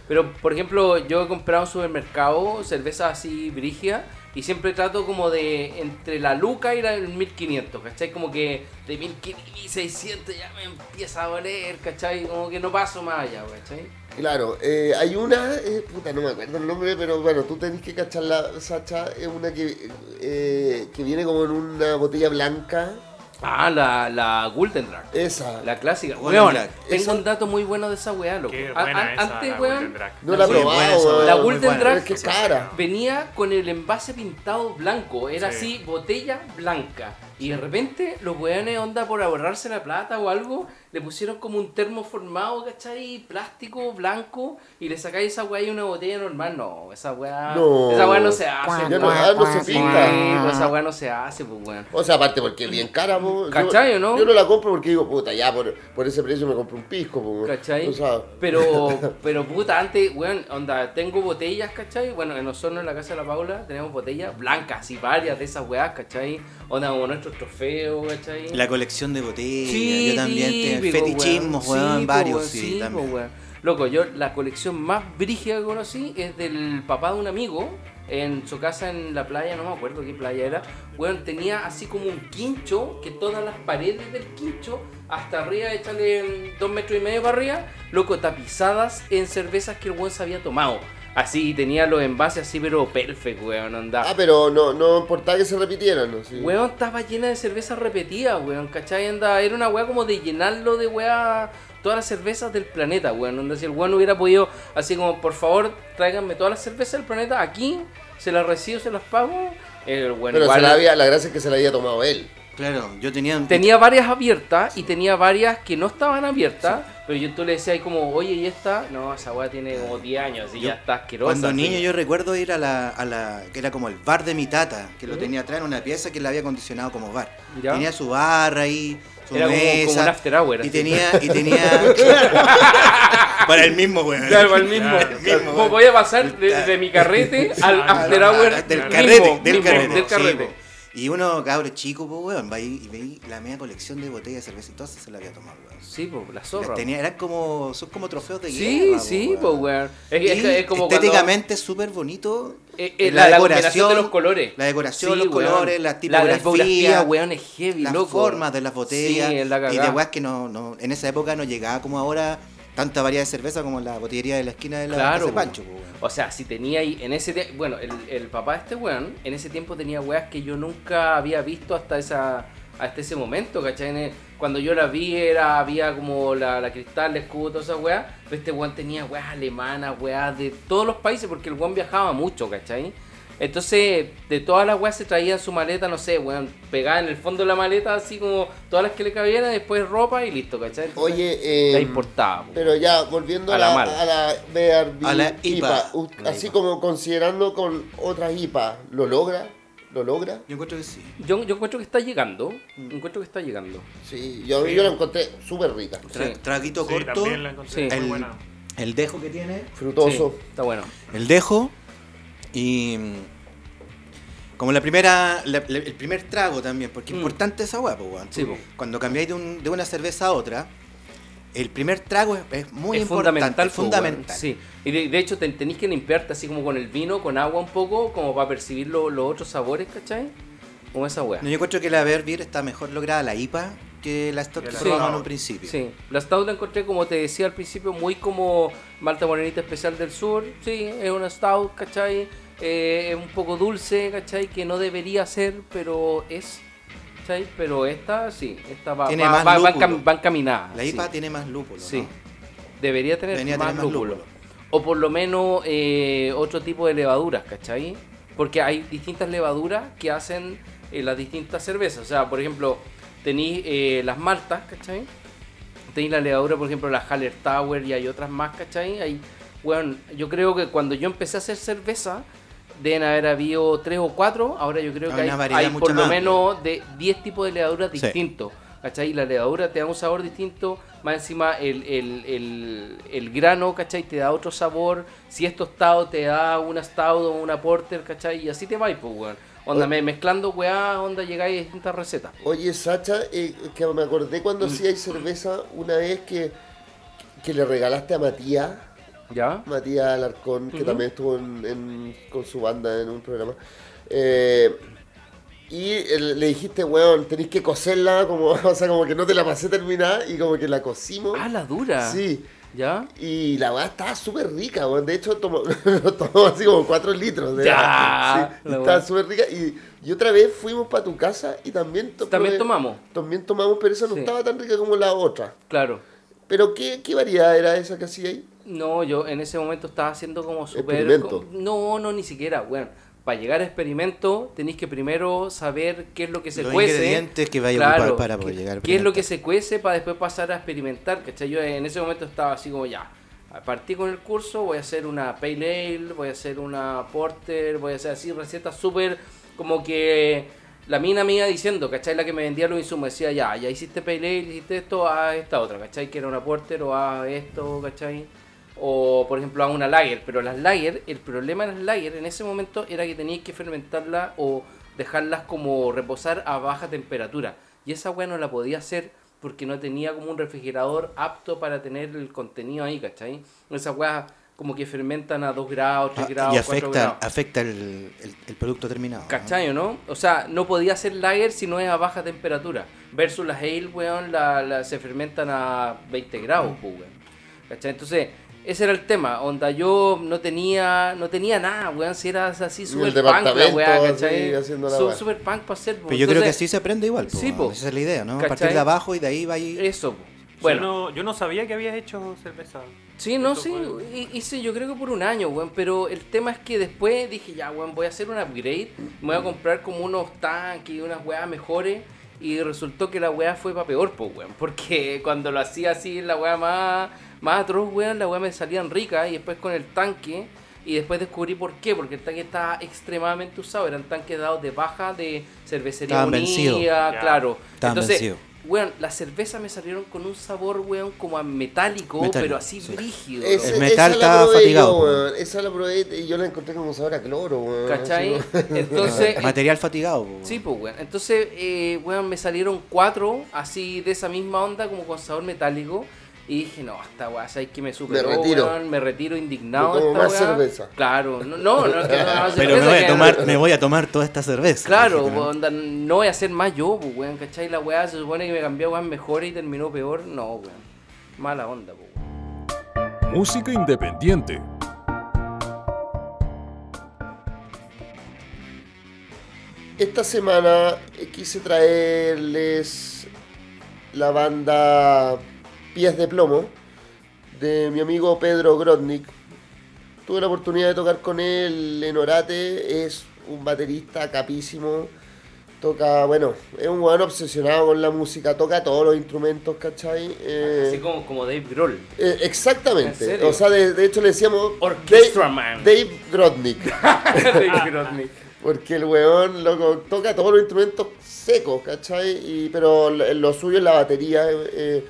Pero, por ejemplo, yo he comprado en supermercado cervezas así brigia y siempre trato como de entre la luca y la del 1500, ¿cachai? Como que de 1600 ya me empieza a doler, ¿cachai? Como que no paso más allá, ¿cachai?
Claro, eh, hay una, eh, puta, no me acuerdo el nombre, pero bueno, tú tenés que cacharla, Sacha, es una que, eh, que viene como en una botella blanca.
Ah, la, la Golden Drag.
Esa.
La clásica.
Golden
Weón,
Drag.
tengo
Esa-
un dato muy bueno de esa weá, loco.
Qué
A-
buena
a-
esa,
antes,
la
weón,
Golden Drag.
no la he
Sí, buena esa,
probado,
La
weón.
Golden
Pero
Drag-
Es que es cara.
venía con el envase pintado blanco, era
Sí.
así, botella blanca. Y de repente los weones, onda por ahorrarse la plata o algo, le pusieron como un termo formado, ¿cachai? Plástico blanco, y le sacáis esa weá y una botella normal. No, esa weá
No.
esa weá no se hace.
Ya no,
weón.
ah, no se
Sí,
pinta.
pues, esa weá no se hace, pues weón.
O sea, aparte porque es bien cara, po. Yo-
¿Cachai o no?
Yo no la compro porque digo, puta, ya por, por ese precio me compro un pisco, po.
¿Cachai?
O sea,
Pero, pero puta, antes, weón, onda, tengo botellas, ¿cachai? Bueno, en Osorno, en la casa de la Paula, tenemos botellas blancas y varias de esas weas, ¿cachai? Onda, como nuestros trofeos, ¿cachai?
La colección de botellas,
Sí,
yo también tengo
típico,
fetichismos,
weón.
weón,
Sí, po,
varios,
weón,
sí,
po,
también.
weón. Loco, yo la colección más brígida que conocí es del papá de un amigo en su casa en la playa, no me acuerdo qué playa era. Weón, tenía así como un quincho que todas las paredes del quincho hasta arriba, échale mm, dos metros y medio para arriba, loco, tapizadas en cervezas que el weón se había tomado. Así, y tenía los envases así, pero perfecto, weón, andaba.
ah, pero no, no importaba que se repitieran, ¿no? Sí.
Weón, estaba llena de cervezas repetidas, weón, ¿cachai? Anda, era una weá como de llenarlo de weá todas las cervezas del planeta, weón. Onda, si el weón hubiera podido, así como, por favor, tráiganme todas las cervezas del planeta aquí, se las recibo, se las pago. El weón
pero
igual
se la, había, la gracia es que se la había tomado él.
Claro, yo tenía,
tenía varias abiertas y tenía varias que no estaban abiertas, pero yo tú le decía ahí como, oye, ¿y esta? No, esa weá tiene como 10 años y
Yo-
ya está asquerosa.
Cuando
así.
niño yo recuerdo ir a la, a la- que era como el bar de mi tata, que lo
¿Mm?
tenía atrás en una pieza que la había acondicionado como bar.
Ya.
Tenía su barra ahí, su
Era como- como
mesa.
un after hour,
Y
así.
tenía, y tenía. Para el mismo, weón.
Claro, al mismo.
Al mismo,
Como
weón.
voy a pasar de, de mi carrete al after hour
Del
mismo,
carrete, del
mismo,
carrete.
del
sí,
carrete.
po. y uno cabro chico, pues, weón, va ahí y veí la media colección de botellas de cerveza y todas se la había tomado, weón.
Sí, po, la
Las
zorra.
tenía, eran como, son como trofeos de
Sí,
guerra, po,
sí, pues, weón. Es,
Y
es- es como cuando-
estéticamente es súper bonito.
Eh, eh, la, la combinación de los colores.
La decoración,
Sí,
los
weón.
colores, la
La,
tipografía,
tipografía, weón, es heavy,
las
loco.
formas de las botellas.
Sí, es la
y de
cagá.
weas que no, no, en esa época no llegaba como ahora tanta variedad de cerveza como la botillería de la esquina de la
Claro.
casa de Pancho.
po.
po, weón.
O sea, si tenía ahí, en ese tiempo, bueno, el, el papá de este weón, en ese tiempo tenía weas que yo nunca había visto hasta esa hasta ese momento, ¿cachai? En el- cuando yo las vi era, había como la, la cristal, el escudo, todas esas weas, pero este weón tenía weas alemanas, weas de todos los países, porque el weón viajaba mucho, ¿cachai? Entonces, de todas las weas se traía en su maleta, no sé, weón, pegada en el fondo de la maleta, así como todas las que le cabieran, después ropa y listo, ¿cachai? Entonces,
Oye, eh,
la importaba. po.
Pero ya, volviendo
A
a
la
la,
mal.
a la BRB
A la
IPA,
IPA.
u-
La
así
IPA.
como considerando con otras IPA, ¿lo logra? ¿Lo logra?
Yo encuentro que sí.
Yo, yo encuentro que está llegando.
Mm.
Encuentro que está llegando.
Sí, yo, yo la encontré súper rica.
Tra-
Sí.
Traguito
Sí,
corto.
también la encontré
Sí.
muy
el,
buena.
el dejo que tiene.
Frutoso.
Sí, está bueno.
El dejo. Y. mm, Como la primera, la- la- el primer trago también, porque es
Mm.
importante esa hueá, po, weón.
Sí, po.
Cuando cambiáis de, un- de una cerveza a otra, el primer trago es, es muy
es
importante.
fundamental. po,
fundamental.
weón. Sí. Y de, de hecho te, tenéis que limpiarte así como con el vino, con agua un poco, como para percibir lo- los otros sabores, ¿cachai? Como esa weá.
No, yo encuentro que la Beer Beer está mejor lograda, la IPA, que la Stout
Que
que
la
probamos
Stout.
en un principio.
Sí, la Stout la encontré, como te decía al principio, muy como Malta Morenita Especial del Sur. Sí, es una Stout, ¿cachai? Eh, es un poco dulce, ¿cachai? Que no debería ser, pero es. ¿cachai? Pero esta, sí, esta va,
Tiene
va,
más
va- va
lúpulo.
encam- va encaminada.
La
sí.
IPA tiene más lúpulo,
Sí.
¿no?
Debería tener
Debería
más,
tener más
lúpulo.
lúpulo.
O por lo menos eh, otro tipo de levaduras, ¿cachai? Porque hay distintas levaduras que hacen eh, las distintas cervezas. O sea, por ejemplo, tenéis eh, las maltas, ¿cachai? Tenéis la levadura, por ejemplo, la Haller Tower y hay otras más, ¿cachai? Hay, bueno, yo creo que cuando yo empecé a hacer cerveza, deben haber habido tres o cuatro. Ahora yo creo
Hay
que hay,
una variedad
hay
mucho
por lo
más.
menos de 10 tipos de levaduras
Sí.
distintos. ¿Cachai? Y la levadura te da un sabor distinto. Más encima el, el- el- el grano, ¿cachai? Te da otro sabor. Si es tostado, te da una stout o una porter, ¿cachai? Y así te va, pues, weón.
Oh.
Onda, me- mezclando, weá, onda, llegáis a distintas recetas.
Oye, Sacha, eh, que me acordé
Mm.
cuando hacíais cerveza una vez que, que le regalaste a Matías,
¿Ya?
Matías Alarcón, que
Ujú.
también estuvo en- en- con su banda en un programa. eh, y eh, le dijiste, weón, tenéis que cocerla, como, o sea, como que no te la pasé terminada y como que la cocimos.
Ah, la dura.
Sí,
¿Ya?
y la weá estaba súper rica, weón. De hecho, tomó, tomó así como 4 litros. De
Ya,
agua. Sí,
la
estaba
weá.
súper rica. Y, y otra vez fuimos para tu casa y también, to-
También
probé-
tomamos.
También tomamos, pero esa no
Sí.
estaba tan rica como la otra.
Claro.
Pero ¿qué, qué variedad era esa que hacía ahí?
No, yo en ese momento estaba haciendo como súper...
Experimento.
co- No, no, ni siquiera. Bueno, para llegar a experimento tenéis que primero saber qué es lo que se
Los
cuece.
ingredientes que vaya a ocupar para poder
qué-
llegar a
¿Qué es lo que
experimentar.
se cuece para después pasar a experimentar? ¿Cachai? Yo en ese momento estaba así como ya. Partí con el curso, voy a hacer una Pale Ale, voy a hacer una Porter, voy a hacer así recetas súper como que la mina me iba diciendo, ¿cachai? La que me vendía los insumos decía ya, ya hiciste Pale Ale, hiciste esto, a esta otra, ¿cachai? Que era una Porter o a esto, ¿cachai? O por ejemplo a una Lager, pero las Lager, el problema de las Lager en ese momento era que tenías que fermentarla o dejarlas como reposar a baja temperatura. Y esa weá no la podía hacer porque no tenía como un refrigerador apto para tener el contenido ahí, ¿cachai? Esa weá como que fermentan a 2 grados, 3
Ah,
grados,
y
4
afecta,
grados.
afecta el, el- el producto terminado. ¿no?
¿Cachai, o no? O sea, no podía ser lager si no es a baja temperatura. Versus las ale, weón, la, la- se fermentan a 20 grados, pues, weón. ¿Cachai? Entonces, ese era el tema. Onda, yo no tenía no tenía nada, weón. Si era así
el
super punk, la
departamento,
weá,
así,
¿cachai?
haciendo la
Su-
weá.
super punk para hacer,
Pero yo creo que así se aprende igual. po,
Sí,
bueno,
po.
Esa es la idea, ¿no? Partir
¿Cachai?
de abajo y de ahí va ahí. eh,
Eso, po.
Bueno.
Bueno.
Yo no, yo no sabía que habías hecho cerveza.
Sí, no,
Eso
sí,
fue-
hi- hice yo creo que por un año, weón, pero el tema es que después dije, ya, weón, voy a hacer un upgrade, me voy a comprar como unos tanques y unas weas mejores, y resultó que la wea fue para peor, pues, weón, porque cuando lo hacía así, la wea más, más atroz, weón, la wea me salían ricas, y después con el tanque, y después descubrí por qué, porque el tanque estaba extremadamente usado, eran tanques dados de baja de cervecería
Estaban vencidos.
unida,
Ya.
claro.
Estaban
Entonces,
vencidos.
Weón, las cervezas me salieron con un sabor, weón, como a metálico,
Metálico,
pero así
sí.
brígido.
Ese-
El metal
esa la
estaba
probé
fatigado,
yo,
po.
weón. Esa la probé y yo la encontré como sabor a cloro, weón.
¿Cachai?
Así como-
Entonces,
Material fatigado. po.
sí, pues, weón. Entonces, eh, weón, me salieron cuatro así de esa misma onda, como con sabor metálico. Y dije, no, esta weá, sabes que me superó,
retiro.
weón, me retiro indignado.
No tomo
esta
más
weá.
cerveza.
Claro, no, no, no es que no haga
Pero me
cerveza,
voy, a
que-
tomar, me voy a tomar toda esta cerveza.
eh, Claro,
Dije, ¿no?
onda, no voy a hacer más yo, pues, weón, ¿cachai? La weá se supone que me cambió a weón mejor y terminó peor. No, weón. Mala onda, pues, weón.
Música independiente.
Esta semana eh, quise traerles la banda Pies de Plomo de mi amigo Pedro Grodnik. Tuve la oportunidad de tocar con él en Orate, es un baterista capísimo. Toca, bueno, es un weón obsesionado con la música, toca todos los instrumentos, ¿cachai? Eh,
Así como, como Dave Grohl.
eh,
¿En
exactamente.
serio?
O sea, de, de hecho le decíamos
Orchestra
Dave-
Man.
Dave Grodnik.
Dave Grohl.
Porque el weón, loco, toca todos los instrumentos secos, ¿cachai? Y- pero lo lo suyo es la batería. eh, eh.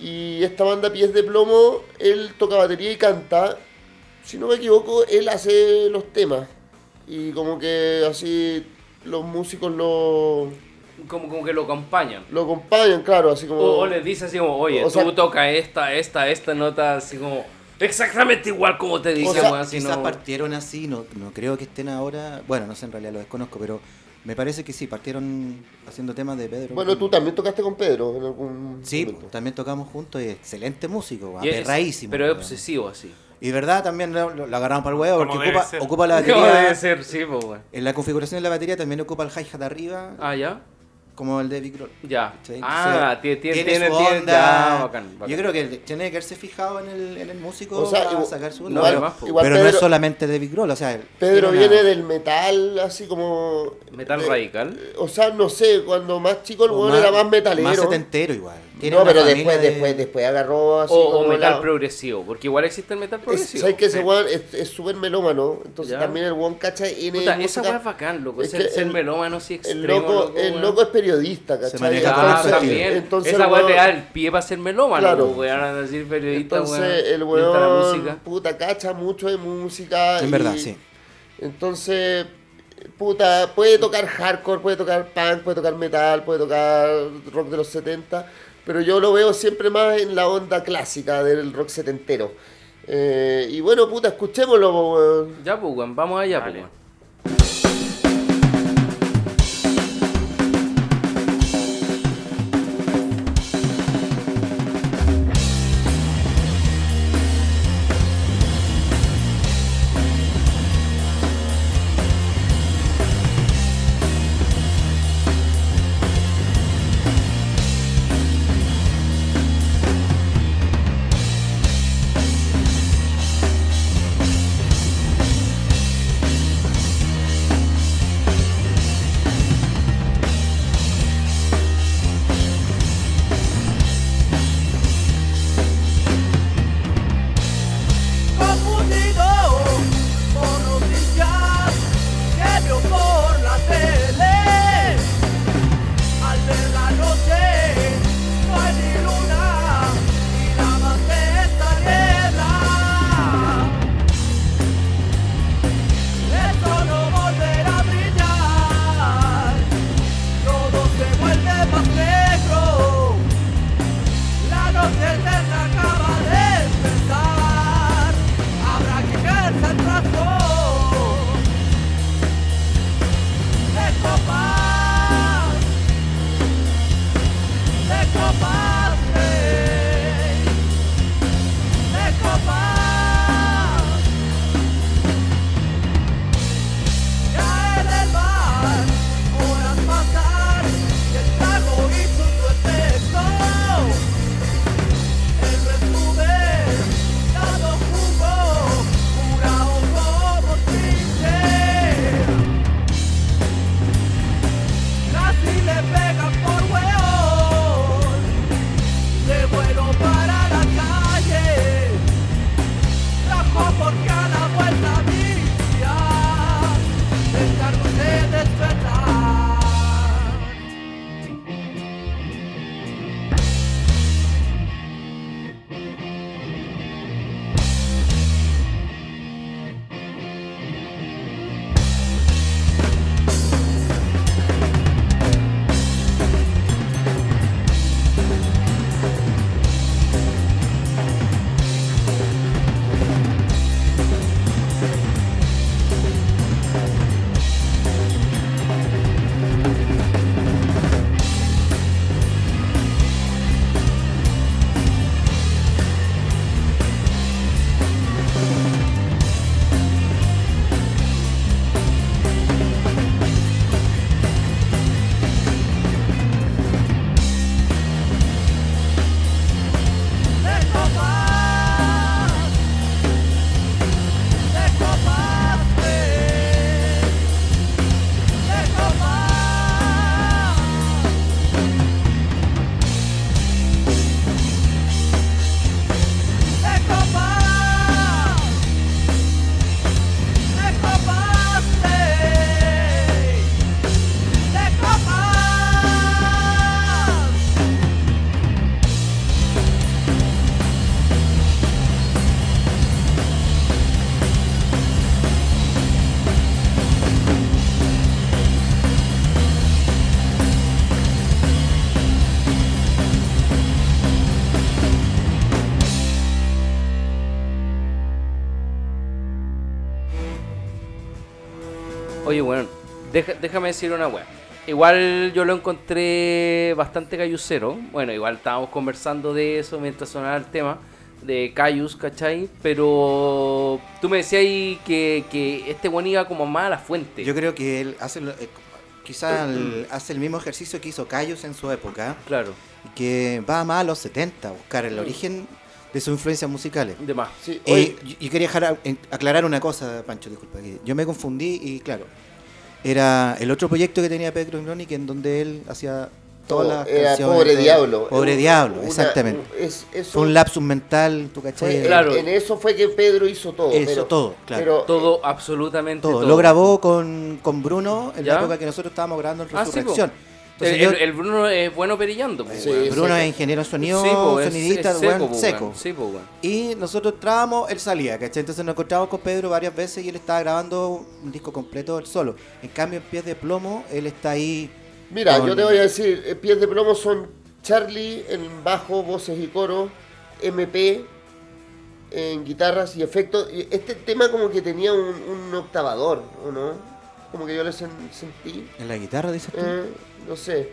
y esta banda Pies de Plomo, él toca batería y canta. Si no me equivoco, él hace los temas. Y como que así los músicos lo,
Como, como que lo acompañan.
lo acompañan, claro, así como...
O, o les dice así como, oye,
O sea-
tú toca esta, esta, esta nota, así como, exactamente igual como te dije,
sea,
weón, si
Quizás
no-
partieron así, no, no creo que estén ahora. Bueno, no sé, en realidad lo desconozco, pero me parece que sí, partieron haciendo temas de Pedro.
Bueno, tú también tocaste con Pedro en algún
Sí,
momento.
también tocamos juntos y excelente músico,
Y es-
aperradísimo.
Pero es
weón.
obsesivo así.
Y verdad, también lo, lo- lo agarramos para el huevo
Como
porque
debe
ocupa,
ser.
ocupa la
¿Cómo debe
batería.
ser? Sí, pues, weón.
En la configuración de la batería también ocupa el hi-hat arriba,
Ah, ya,
como el de Big Roll.
ya.
¿cachai?
Ah,
Entonces,
tiene, tiene,
tiene
tiene,
su
tiene-
onda.
ya, bacán, bacán.
Yo creo que tiene que haberse fijado en el, en el músico
O sea,
para
igual-
sacar su onda.
no,
pero
además, po.
igual
pero no
Pedro-
es solamente de Big Roll, o sea... él
Pedro
tiene una-
viene del metal, así como...
Metal
de-
radical.
O sea, no sé, cuando más chico el
o
weón era más metalero.
Más setentero igual. tiene
No,
una
pero
familia
después,
de-
después, después agarró así
O, o
como
metal
la-
progresivo, porque igual existe el metal
Es-
progresivo.
¿Sabes que ese
Sí.
weón es es súper melómano? Entonces
Ya.
también el weón, ¿cachai? En
Puta, esa
música-
weá es bacán, loco.
es
ser,
que
ser
el-
melómano sí
el
extremo.
loco, el
weón.
loco es periodista, ¿cachai?
maneja
Ya,
con
Entonces-
estilo.
también.
entonces
esa
el
weá
weón-
te da el pie para ser melómano, pues,
Claro.
weón, a decir periodista,
Entonces
weón,
el
le gusta la
weón,
música.
puta, cacha mucho de música.
En
y-
verdad, sí.
Entonces, puta, puede tocar hardcore, puede tocar punk, puede tocar metal, puede tocar rock de los 70, pero yo lo veo siempre más en la onda clásica del rock setentero. Eh, y bueno, puta, escuchémoslo, po, weón.
Ya, pues, weón, vamos allá, pues,
Vale.
weón.
confundido por noticias que vio por la tele. Al ver la noche no hay ni luna y la más está niebla. Esto no volverá a brillar, todo se vuelve más negro. La noche eterna acaba de empezar. Habrá que caerse al trazo. De copas. De copas. rey. De copas. Ya en el bar, horas pasan y el trago hizo su efecto. El resumen, dado jugo, curado como tinte. Casi le pegan por hueón, de vuelo para la calle. Trajo porque a la vuelta vicia, el cargo de despertar. De copas, de copas, de copas. De copas, de copas, de copas.
Oye, bueno, deja- déjame decir una weá. Igual yo lo encontré bastante cayucero. Bueno, igual estábamos conversando de eso mientras sonaba el tema de Cayus, ¿cachai? Pero tú me decías ahí que, que este weón iba como más a la fuente.
Yo creo que él hace, lo- eh, quizá el- hace el mismo ejercicio que hizo Cayus en su época,
Claro,
que va más a los 70 a buscar el origen de sus influencias musicales.
de más.
Sí,
Eh,
oye,
yo- yo quería dejar a- en- aclarar una cosa, Pancho, disculpa. que Yo me confundí y claro, era el otro proyecto que tenía Pedro Groni, que en donde él hacía todas
todo.
las
Oh, Era
canciones
Pobre
de-
Diablo.
Pobre
Una-
Diablo,
una-
exactamente.
es- eso
Fue un lapsus mental, ¿tú
fue-
cachai?
en-
Claro.
En eso fue que Pedro hizo todo.
Eso,
pero-
todo, claro.
pero,
Todo, absolutamente todo.
Todo. Lo grabó con, con Bruno en
¿Ya?
la época que nosotros estábamos grabando
Ah,
en
sí, po.
Resurrección. Entonces
el,
yo-
el- el Bruno es bueno perillando. po,
Sí,
weón.
es
Bruno
seco.
es ingeniero de sonido,
Sí, po, es-
sonidista,
es
weón,
po,
seco.
weón. Sí, po, weón.
Y nosotros entrábamos, él salía, ¿cachai? Entonces nos encontramos con Pedro varias veces y él estaba grabando un disco completo él solo. En cambio, en Pies de Plomo, él está ahí.
Mira,
con-
yo te voy a decir, eh, pies de plomo son Charlie en bajo, voces y coro, MP en guitarras y efectos. Y Este tema como que tenía un, un octavador, ¿o no? Como que yo lo sen- sentí,
En la guitarra, dices tú.
eh, no sé.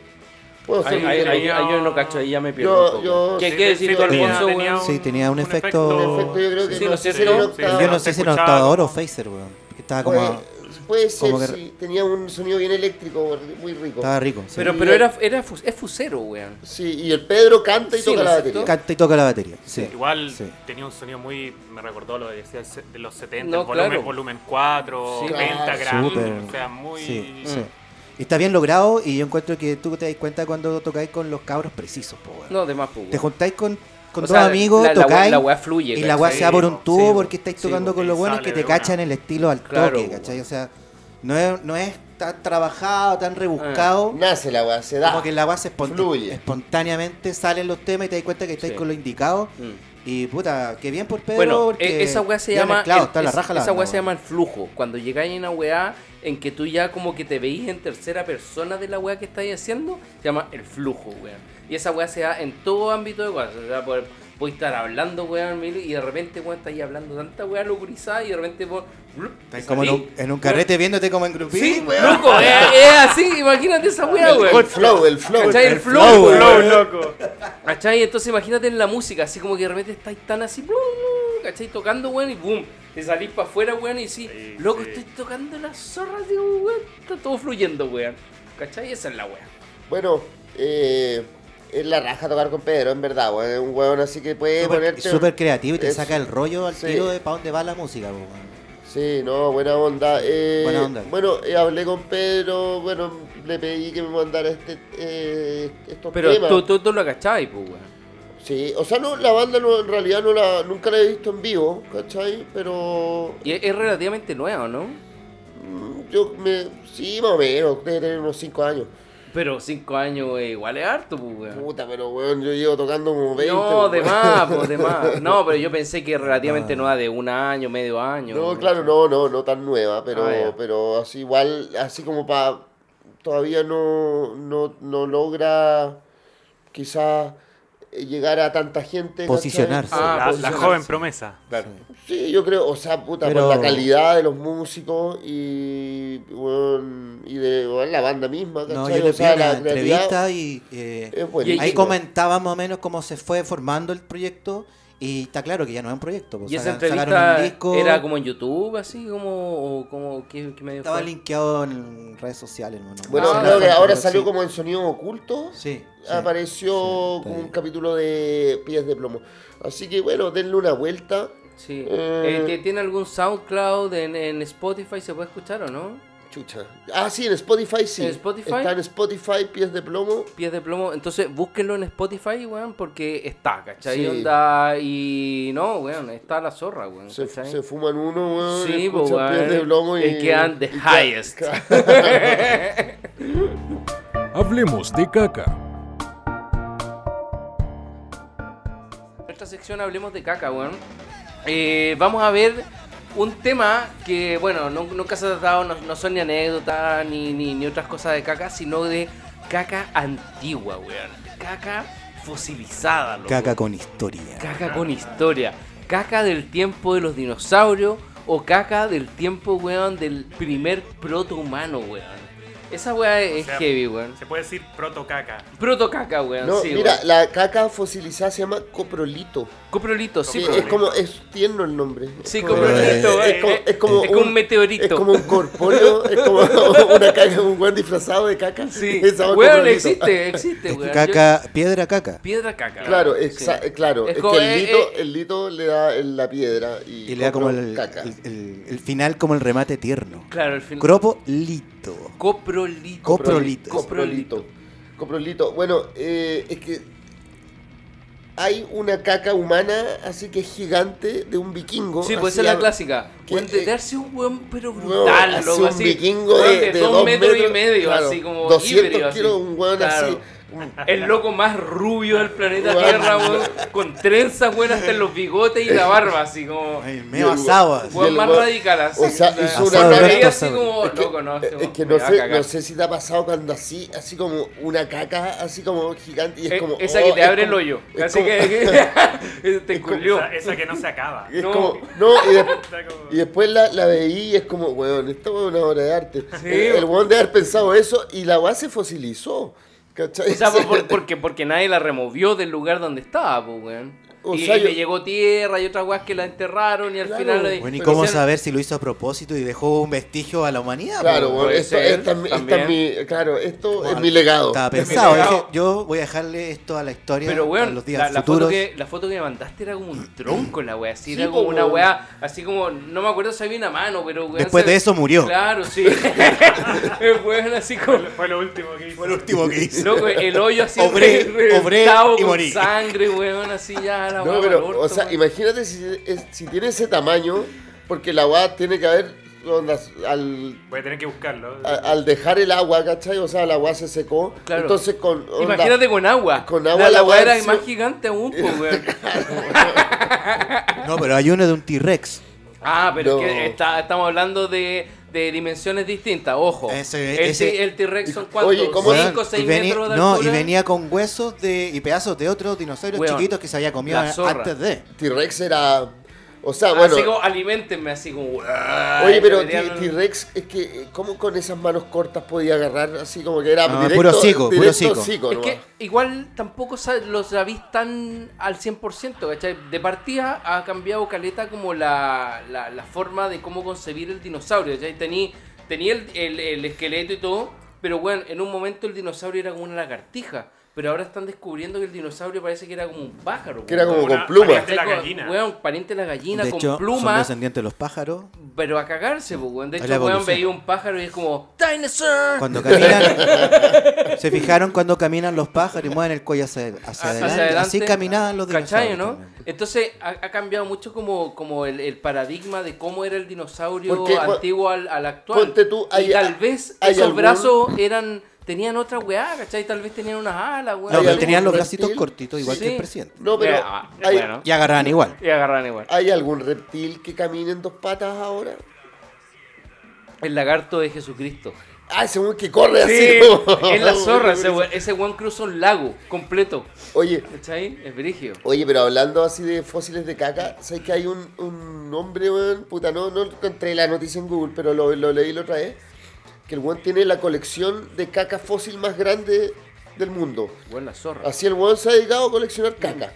Puedo ser
Ahí, ahí-
ligero.
ahí- ahí yo no cacho, ahí ya me pierdo.
Yo-
un poco.
yo-
¿Qué
sí,
quiere decir tú,
tenía-
Alfonso,
tenía
weón?
Sí, tenía un efecto-
En efecto, yo creo que
Sí,
no
¿no
sé
es
si era un
cierto?
Sí,
octavo.
yo
no,
no
se
sé si era
escuchaba
Octavador o
como-
Phaser, weón. Que estaba Ah, como.
Puede, puede ser,
como que-
sí. Tenía un sonido bien eléctrico, muy rico.
Estaba rico. sí.
Pero, pero era, era fu- es fusero, weón.
Sí, y el Pedro canta y
Sí,
toca
¿no
la
es cierto?
batería.
Canta y toca la batería. Sí.
Igual
Sí.
tenía un sonido muy. Me recordó lo que decía el se- de los 70,
No,
el volumen,
claro.
volumen 4,
Sí, Mm.
claro.
Pentagram.
Súper.
O sea, muy. Mm.
Sí, sí. Y Está bien logrado y yo encuentro que tú te das cuenta cuando tocáis con los cabros precisos, po, weón.
No, de más, po, weón.
Te juntáis con, con
O
dos
sea,
amigos,
la- la
tocáis.
weá- la weá fluye,
Y la weá
¿cachai?
se va por un
Sí,
tubo
po.
porque estáis
Sí,
tocando
po.
con los
Y
buenos que
sale
te
de una.
cachan el estilo al
Claro,
toque,
po.
¿cachai? O sea, no es, no es tan trabajado,
Ah.
tan rebuscado.
Nace la weá, se da.
Como que la weá se espont-
Fluye.
espontáneamente salen los temas y te das cuenta que estáis
Sí.
con lo indicado.
Mm.
Y puta, qué bien por Pedro.
Bueno,
porque
e- esa weá se
ya
llama.
mezclado,
el-
está la
es-
raja la
esa
banda,
weá se
weón.
llama el flujo. Cuando llegáis en una weá en que tú ya como que te veís en tercera persona de la weá que estáis haciendo, se llama el flujo, weón. Y esa weá se da en todo ámbito de cosas. O sea, por- voy a estar hablando, weón, mil, y de repente, weón, estáis hablando tanta weá locurizada y de repente, weón, blup,
Estáis
te
como en
salís,
un, en un
weón.
carrete viéndote como en grupín.
Sí, loco, es es así, imagínate esa weá,
el, el
weón.
flow, el flow.
¿Cachai? El, flow,
flow,
weón.
Flow, loco.
¿Cachai? Entonces imagínate en la música, así como que de repente estáis tan así, plum, plum, ¿cachai? Tocando, weón, y boom, te salís para afuera, weón, y decís,
Sí,
loco,
sí.
estoy tocando las zorras, digo, weón, está todo fluyendo, weón. ¿Cachai? Esa es la weón.
Bueno, eh, es la raja tocar con Pedro, en verdad, weón. Es un weón así que puede
Súper,
ponerte.
súper creativo y te
es-
saca el rollo al
sí.
tiro de pa' dónde va la música, po, weón.
Sí, no, buena onda. Eh,
Buena onda.
Bueno, eh, hablé con Pedro, bueno, le pedí que me mandara este, eh, estos
Pero
temas.
tú, tú, tú lo cachai, pues, weón.
Sí, o sea, no, la banda no, en realidad no la, nunca la he visto en vivo, ¿cachai? Pero
Y es, es relativamente nuevo, ¿no?
mm, yo me. Sí, más o menos, debe tener unos 5 años.
Pero cinco años eh, igual es harto, pues, weón.
Puta, pero weón, yo llevo tocando como 20.
No,
weón.
de más, pues, de más. No, pero yo pensé que relativamente nueva de un año, medio año.
No, claro, no, no, no tan nueva, pero,
Ah, ya.
pero así igual, así como para todavía no, no, no logra quizás eh, llegar a tanta gente. ¿cachai?
Posicionarse.
Ah,
La, la
posicionarse.
joven promesa.
Claro. Sí, yo creo, o sea, puta,
Pero-
por la calidad de los músicos y, weón, y de weón, la banda misma, ¿cachai?
No, yo
o
le
sea,
pido la
creatividad
entrevista y eh,
es buenísima.
ahí comentaba más o menos cómo se fue formando el proyecto y está claro que ya no es un proyecto. pues,
Y esa
saca- sacaron
entrevista
un disco,
era como en YouTube, así como, o como ¿qué, qué medio
estaba
fue?
linkeado en redes sociales. no, no,
Bueno,
no sé,
Ah,
creo que
pero
ahora
sí.
salió como en sonido oculto.
Sí, sí.
apareció
sí,
como
sí.
un capítulo de Pies de Plomo. Así que bueno, denle una vuelta.
Sí.
Eh,
Eh, ¿tie- ¿Tiene algún SoundCloud en, en Spotify? ¿Se puede escuchar o no?
Chucha. Ah, sí, en Spotify sí.
¿En Spotify?
Está en Spotify, Pies de Plomo.
Pies de plomo. Entonces búsquenlo en Spotify, weón, porque está, ¿cachai?
Sí.
Onda, y no, weón, está la zorra, weón.
Se,
¿cachai?
se fuman uno, weón.
Sí,
escuchan
po, weón,
Pies de Plomo y,
y quedan the
quedan-
highest.
Hablemos de caca.
nuestra sección hablemos de caca, weón. Eh, vamos a ver un tema que, bueno, nu- nunca se ha tratado, no, no son ni anécdotas ni, ni, ni otras cosas de caca, sino de caca antigua, weón. Caca fosilizada, loco.
Caca con historia.
Caca con historia. Caca del tiempo de los dinosaurios o caca del tiempo, weón, del primer protohumano, weón. Esa weá es
sea,
heavy, weón.
Se puede decir proto caca.
Proto caca, weón.
No,
sí,
mira,
weón.
la caca fosilizada se llama coprolito.
Coprolito, sí,
Sí,
po,
es
weón.
como, es tierno el nombre.
Sí,
Es
como un listo,
es
eh,
como-
eh,
es como
es como un meteorito.
Es como un corpóreo, es como una caca, un weón disfrazado de caca.
Sí,
Esa va
weón,
coprolito.
existe, existe,
Es
weón.
caca, piedra caca.
Yo- piedra caca.
Claro,
weón,
exa-
sí.
claro. Es,
como-
que el
eh,
lito,
eh,
el lito le da en la piedra y,
Y le da como
copro
el,
caca.
el- el- el final como el remate tierno.
claro, el fin.
Cropo lito.
coprolito.
Coprolito.
Coprolito.
Coprolito.
Compró el lito. Bueno, eh, es que hay una caca humana, así que es gigante, de un vikingo.
Sí,
así
pues esa es la
ab-
clásica.
que,
Weón, de
eh,
darse un weón, pero
No,
brutal,
así
loco,
un
así.
vikingo
weón,
de, de
dos, metros, y medio,
claro,
así como
200
híbrido, así.
kilos, un weón así.
Claro. El loco más rubio del planeta
Weón.
Tierra, weón, con trenzas buenas hasta en los bigotes y la barba, así como.
Ay,
Y el
medio
weón-
asado. así.
y
Weón
el
más
weón-
radical, así.
o sea,
la-
hizo
la
una
veía
caca-
así como,
Es que-
loco, no, este
es
weón
que
me
no
va a
sé,
cagar.
no sé si te ha pasado cuando así, así como una caca, así como gigante. Y es,
E-
como,
esa
oh,
que te
es
abre el
como-
hoyo.
es
Así
como-
que, que te culió.
Esa, esa que no se acaba.
Y es
No.
como, no, y, de-
Está como-
y después la, la veí y es como, weón, esto es una obra de arte.
Sí.
El, el weón de haber pensado eso y la weá se fosilizó. ¿Cachai?
O sea, por- por- porque, porque nadie la removió del lugar donde estaba, pues, weón.
O
y
sea,
y le
yo-
llegó tierra y otras weas que la enterraron y al
Claro,
final... la-
Bueno,
Bueno, ¿y
pero
cómo
o sea,
saber si lo hizo a propósito y dejó un vestigio a la humanidad?
Claro,
po?
weón,
Puede
esto,
ser,
esta es mi- esta es
también.
mi- claro, esto
Bueno,
es mi legado.
Estaba
mi
pensado.
legado.
dije, yo voy a dejarle esto a la historia.
Pero,
a
weón,
los días
la, la foto
futuros.
que, la foto que me mandaste era como un tronco la wea. Así
Sí,
era como
po,
una
weón.
wea, así como... No me acuerdo si había una mano, pero, weón...
Después
se-
de eso murió.
Claro, sí. weón, así como...
Fue lo último que hizo.
Fue lo último que hizo.
Loco, el hoyo así
Obré,
re-
obré
reventado
y
con
morí.
sangre, weón, así ya la
No,
wea
pero,
pa'l orto,
o sea,
weón.
imagínate si, es- si tiene ese tamaño, porque la weá tiene que haber, onda, al
Voy a tener que buscarlo.
a- al dejar el agua, ¿cachai? O sea, el agua se secó.
Claro.
Entonces con... onda-
Imagínate con agua.
Con agua
la,
la
la
wea
wea era
sí-
más gigante aún, pues, weón.
No, pero hay uno de un T-Rex.
Ah, pero es
No.
que está- estamos hablando de, de dimensiones distintas, ojo.
Ese-
el,
ese-
ti- el T-Rex son cuántos,
Oye, ¿cómo-
5
Weón,
6
y veni-
metros de
No,
altura.
y venía con huesos de, y pedazos de otros dinosaurios
Weón,
chiquitos que se había comido
la zorra.
antes de.
T-Rex era... O sea,
Así Ah, como,
Ah, bueno...
alimentenme, así como...
Oye, pero T-
deberían-
T-Rex, es que, eh, ¿cómo con esas manos cortas podía agarrar así como que era
No,
directo?
Ah, puro hocico, puro
directo
hocico.
hocico
Es
nomás?
que igual tampoco sa- los avis tan al 100%, ¿cachai? De partida ha cambiado Caleta como la, la, la forma de cómo concebir el dinosaurio, ¿cachai? Tení, tenía el, el- el esqueleto y todo, pero bueno, en un momento el dinosaurio era como una lagartija, pero ahora están descubriendo que el dinosaurio parece que era como un pájaro.
Que era
weón.
como
Una
con plumas.
pariente de la
Weón,
gallina.
Weón, pariente de la gallina
de
con
hecho, son
plumas.
descendientes de los pájaros.
Pero a cagarse, pues, weón. De
Es
hecho,
la
weón
evolución.
veía un pájaro y es como ¡Dinosaur!
Cuando caminan, se fijaron cuando caminan los pájaros y mueven el cuello hacia, hacia adelante. Así caminaban los
¿Cachai,
dinosaurios.
no?
también.
Entonces ha, ha cambiado mucho como, como el, el paradigma de cómo era el dinosaurio
Porque, pon-
antiguo al, al actual.
ponte tú, hay-
y tal vez
hay
esos
algún-
brazos eran tenían otra weá, ¿cachai? Tal vez tenían unas alas, weá.
No,
¿Hay
pero
algún
tenían los
reptil?
bracitos cortitos, igual
Sí.
que el presidente.
No, pero
Eh, ah,
hay,
bueno.
Y agarraban igual.
Y agarran igual.
¿hay algún reptil que camine en dos patas ahora?
El lagarto de Jesucristo.
Ah, ese weón que corre
Sí,
así. como-
es la zorra. ese weón, ese weón cruza un lago completo.
Oye,
¿Cachai? Es brigio.
Oye, pero hablando así de fósiles de caca, ¿sabes que hay un, un hombre, weón? Puta, no, no encontré la noticia en Google, pero lo, lo leí la otra vez. Que el weón tiene la colección de caca fósil más grande del mundo.
Weón, la zorra.
Así el weón se ha dedicado a coleccionar caca.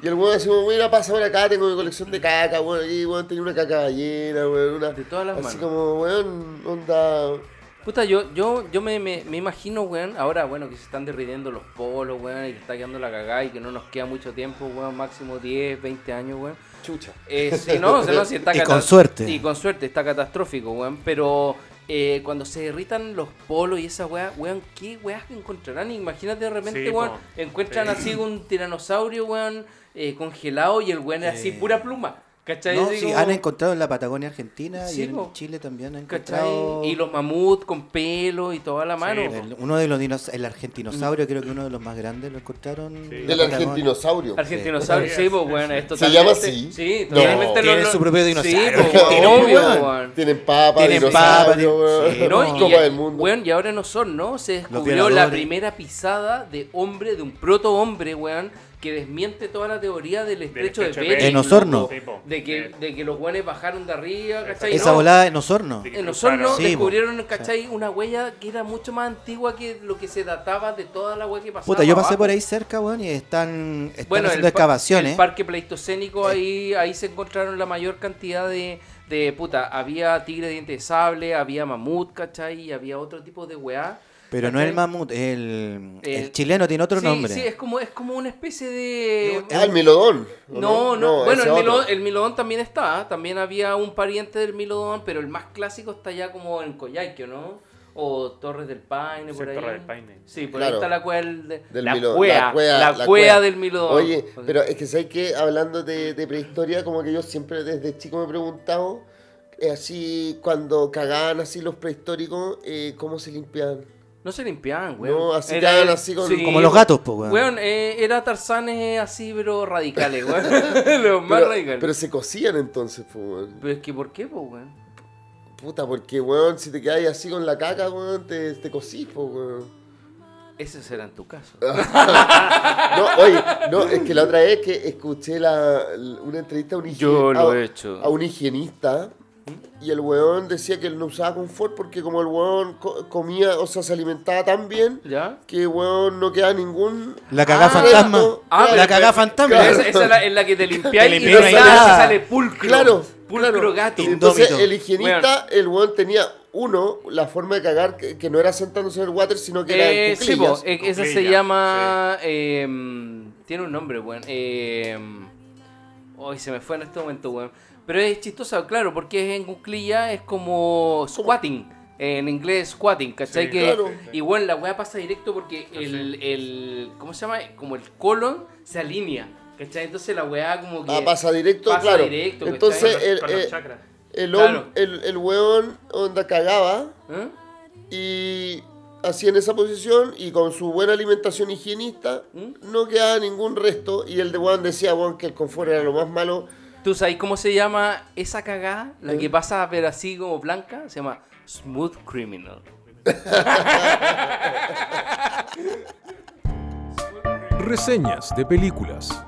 Y el weón así, como, mira, pasa por acá, tengo mi colección de caca, weón, aquí, weón, tenía una caca ballena, weón, una...
De todas las
así
manos.
como, weón, onda...
Puta, yo, yo, yo me, me, me imagino, weón, ahora, bueno, que se están derritiendo los polos, weón, y que está quedando la cagada y que no nos queda mucho tiempo, weón, máximo 10, 20 años, weón.
Chucha.
Eh, sí, no, o sea, no, sí, está
Y
cata-
con suerte.
Y con suerte, está catastrófico, weón, pero eh, cuando se derritan los polos y esa weá, weón, ¿qué weas que encontrarán? Imagínate de repente,
Sí, po.
weón, encuentran
Sí.
así un tiranosaurio, weón, eh, congelado y el weón es así,
Eh,
pura pluma. ¿Cachai?
No,
Así
sí,
como-
han encontrado en la Patagonia Argentina
Sí,
y en
po.
Chile también han encontrado.
¿Cachai? Y los mamuts con pelo y toda la mano.
po.
el- uno de los dinos, el argentinosaurio, creo que uno de los más grandes, lo encontraron. en la
Del
Patagonia.
argentinosaurio.
Argentinosaurio, sí, pues, bueno, esto
¿Se llama así?
Sí,
No.
totalmente
Tiene su propio
Sí,
dinosaurio
po,
argentino,
obvio,
weón.
weón.
Tienen papa,
Tienen papa,
dinosaurio,
tienen- sí,
weón,
No, y,
Copa del Mundo.
weón, y ahora en Osorno se descubrió
violadores.
la primera pisada de hombre, de un proto-hombre, weón, que desmiente toda la teoría del estrecho de
estrecho de
Bering.
Bering. En Osorno.
loco,
Sí, po.
De que, de que los weones bajaron de arriba, ¿cachai?
Esa
No,
volada en Osorno.
Sí.
En Osorno
Sí, po.
descubrieron, ¿cachai? Una huella que era mucho más antigua que lo que se databa de toda la huella que pasaba
Puta, yo pasé
abajo.
por ahí cerca, weón, y están, están haciendo ¿eh?
pa-
excavaciones.
el parque pleistocénico, ahí, ahí se encontraron la mayor cantidad de, de. Puta, había tigre de diente de sable, había mamut, ¿cachai? Y había otro tipo de weá.
Pero no
¿cachai?
el mamut, el, el
El-
chileno tiene otro
sí,
nombre.
Sí, es como, es como una especie de.
Ah, el milodón. ¿o
No, no, bueno,
ese
el milodón,
otro.
el milodón también está, ¿ah? también había un pariente del milodón, pero el más clásico está ya como en Coyhaique, ¿no? o Torres del Paine,
Sí,
por ahí.
Torres del Paine.
Sí, por
Claro.
ahí está la cueva del, de-
Del
la,
Milo-
cueva, la cueva,
la cueva.
del Milodón. Pues,
Oye, pero es que sabes que hablando de, de prehistoria, como que yo siempre desde chico me he preguntado, eh, así cuando cagaban así los prehistóricos, eh, ¿cómo se limpiaban?
No se limpiaban, weón.
No, así quedaban así con-
Como los gatos, po, weón.
Weón, eh, era tarzanes así, pero radicales, weón. los más
Pero,
radicales.
pero
Pero,
se cocían entonces, pues, weón.
es que, ¿por qué, po, weón?
Puta, porque, weón, si te quedas así con la caca, weón, te, te cocís, pues, weón.
Ese será en tu caso.
Ah. No, oye, no, es que la otra vez que escuché la, l- una entrevista a un, higie-
Yo lo
a-
he hecho.
a un higienista y el weón decía que él no usaba confort porque como el weón co- comía, o sea, se alimentaba tan bien
¿Ya?
que weón no queda ningún...
La cagá
Ah,
fantasma.
ah, pero-
la cagá fantasma.
Pero esa, esa es la, en la que te limpiáis
Te
y
limpiáis
no
y
sale,
nada.
sale pulcro.
Claro,
Pulcro
claro.
gato.
Indó-
Entonces
Indómito.
el higienista, el weón tenía, uno, la forma de cagar que, que no era sentándose en el water, sino que era
Eh,
en
sí,
cuclillas.
po, eh, esa se
Cuclillas,
llama... em, tiene un nombre, weón. em, Ay, se me fue en este momento, weón. Pero es chistosa, claro, porque es en cuclilla, es como squatting. En inglés, squatting, ¿cachai?
Sí,
que,
claro.
Y bueno, la weá pasa directo porque el, el. ¿Cómo se llama? Como el colon se alinea, ¿cachai? Entonces la weá como que.
Ah, pasa directo,
pasa
claro.
directo,
Entonces
¿cachai?
el,
Con los
eh,
chakras.
el,
Claro.
hom- el, el weón onda cagaba
¿Eh?
y así en esa posición y con su buena alimentación higienista
¿Mm?
no quedaba ningún resto y el de weón decía weón que el confort era lo más malo.
¿Tú sabes cómo se llama esa cagada? La que pasa pero así como blanca, se llama Smooth Criminal.
Reseñas de películas.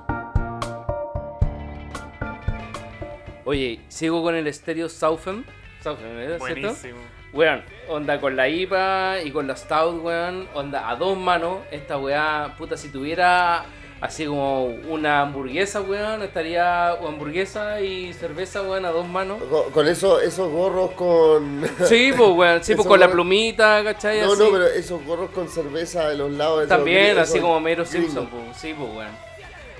Oye, sigo con el estéreo Southam. Southam, ¿eh? ¿cierto?
Buenísimo.
Weón, onda con la IPA y con la Stout, weón, onda a dos manos. Esta weá, puta, si tuviera así como una hamburguesa, weón, estaría o hamburguesa y cerveza, weón, a dos manos.
Con, con eso, esos gorros con...
Sí, pues, weón, sí, pues
Eso,
con la
weón.
plumita, ¿cachai?
no,
Así.
no, pero esos gorros con cerveza de los lados. esos
También,
gringos,
así como Mero
gringos.
Simpson, pues, sí, pues, weón.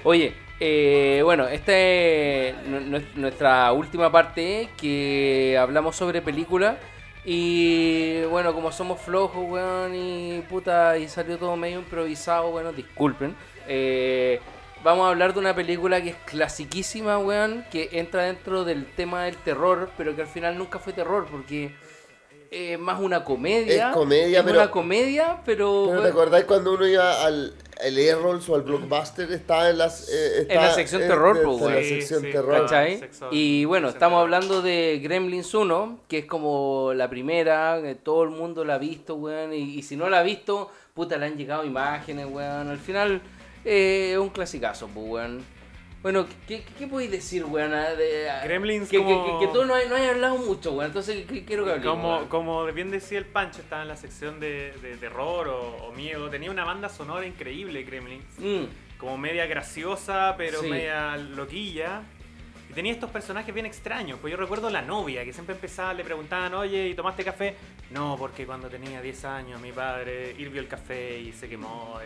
Oye, eh, bueno, esta es nu- nu- nuestra última parte que hablamos sobre películas. Y bueno, como somos flojos, weón, y puta, y salió todo medio improvisado, bueno, disculpen. Eh, vamos a hablar de una película que es clasiquísima, weón, que entra dentro del tema del terror, pero que al final nunca fue terror, porque eh, es más una comedia.
Es comedia,
es
pero-
una comedia, pero.
Pero ¿Te
weón,
acordás cuando uno iba al, al Errols o al Blockbuster? Estaba en, las, eh, estaba-
la sección
eh,
terror,
de-
po,
de la
güey.
sección
Sí, sí,
terror.
cacha.
¿Cachai?
sexo-
Y bueno,
sexo
estamos
anal.
hablando de Gremlins 1, que es como la primera, que todo el mundo la ha visto, weón. Y, y si no la ha visto, puta, le han llegado imágenes, weón. Al final, eh, es un clasicazo, pues, weón. Bueno, ¿qué, qué, qué podéis decir, weón? ah, de- ah,
Gremlins
que,
como-
que, que, que tú no hay, no hay hablado mucho, weón. Entonces, ¿qué quiero que hablemos?
Como,
weón?
como bien decía el Pancho, estaba en la sección de, de terror o, o miedo. Tenía una banda sonora increíble, Gremlins.
Mm,
Como media graciosa, pero
Sí.
media loquilla. Y tenía estos personajes bien extraños. Pues yo recuerdo la novia, que siempre empezaba, le preguntaban, oye, ¿y tomaste café? No, porque cuando tenía 10 años mi padre hirvió el café y se quemó.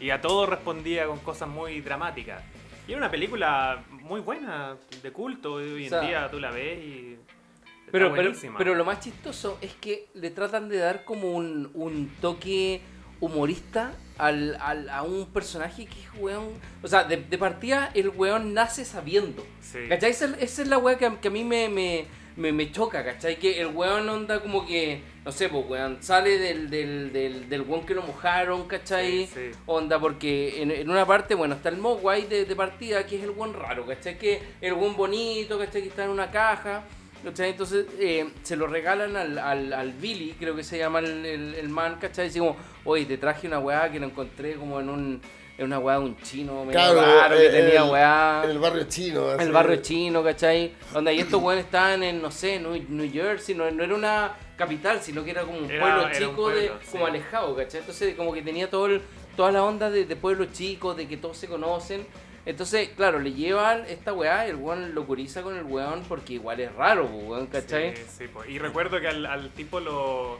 Y, y a todo respondía con cosas muy dramáticas. Y era una película muy buena, de culto. y Hoy en
O sea,
día tú la ves y... está
Pero, pero,
buenísima.
pero lo más chistoso es que le tratan de dar como un, un toque humorista al, al- a un personaje que es weón. O sea, de, de partida el weón nace sabiendo.
Sí.
¿Cachai? Esa, es- esa es la weá que, a- que a mí me, me, me, me choca, ¿cachai? Que el weón onda como que, no sé, pues weón, sale del, del, del, del weón que lo mojaron, ¿cachai?
Sí, sí.
Onda, porque en, en una parte, bueno, está el Mogwai de, de partida, que es el buen raro, ¿cachai? Que el buen bonito, ¿cachai? Que está en una caja, ¿cachai? Entonces eh, se lo regalan al, al, al Billy, creo que se llama el, el, el man, ¿cachai? Dice como, oye, te traje una weá que lo encontré como en un... En una weá de un chino medio
Claro,
raro que
eh,
tenía
el-
weá.
En el barrio chino.
En el barrio chino, ¿cachai? Donde ahí estos weones estaban en, no sé, New, New Jersey, no, no era una capital, sino que era como un
Era-
pueblo
era
chico,
un pueblo,
de,
sí.
como alejado, ¿cachai? Entonces como que tenía todo el- toda la onda de, de pueblo chico, de que todos se conocen. Entonces, claro, le llevan esta weá, el weón lo curiza con el weón porque igual es raro, po, weón, ¿cachai?
Sí, sí, po. Y recuerdo que al, al tipo lo,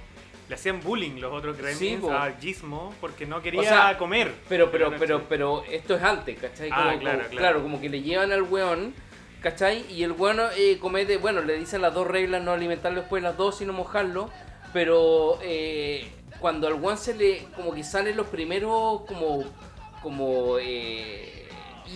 le hacían bullying los otros gremlins
po.
a Gizmo porque no quería
O sea,
comer.
Pero, pero,
Era
pero,
chico.
pero esto es antes, ¿cachai?
Ah,
Como, como-
claro,
claro,
claro.
como que le llevan al weón, ¿cachai? Y el weón eh, comete, bueno, le dicen las dos reglas, no alimentarlo después de las dos, sino mojarlo. Pero eh, cuando al Juan se le. como que salen los primeros como. como. eh,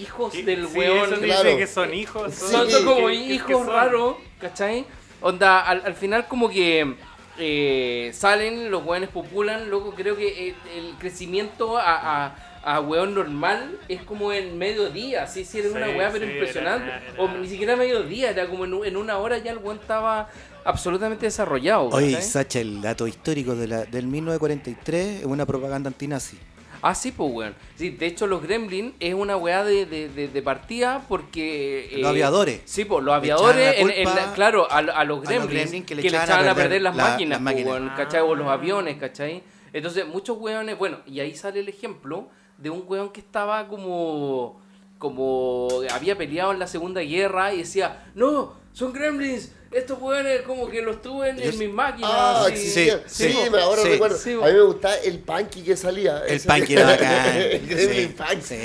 hijos
Sí,
del
sí,
weón.
eso
Claro.
dice que son hijos.
Son
Sí.
como
que- que- que
hijos
son.
raros, ¿cachai? Onda, al, al final como que eh, salen, los weones populan, loco, creo que eh, el crecimiento a, a, a weón normal es como en mediodía, así si era una
Sí,
weá pero
sí,
impresionante.
era- era-
O ni siquiera mediodía, era como en, un- en una hora ya el weón estaba absolutamente desarrollado.
Oye,
¿cachai?
Sacha, el dato histórico de la, del 1943 es una propaganda antinazi.
Ah, sí, pues weón. Sí, de hecho los Gremlin es una weá de, de, de- de partida porque... eh,
Los aviadores.
Sí, pues los
Le
aviadores,
echaban la
en- en la-
culpa
claro, a, a los
los
Gremlins,
Gremlin
que le echaban a perder, las
la-
máquinas,
las máquinas.
pues, weón, ¿cachai? O los
Ah.
aviones, ¿cachai? Entonces muchos weones, bueno, y ahí sale el ejemplo de un weón que estaba como... Como había peleado en la Segunda Guerra y decía, no, son gremlins, estos weones como que los tuve en,
Ellos-
mis máquinas.
Ah,
y-
sí,
existía. sí,
sí, sí,
me- ahora
sí,
recuerdo.
sí.
a mí me gustaba el punky que salía.
El
Ese-
punk era bacán.
el Gremlin
Sí,
punk.
sí.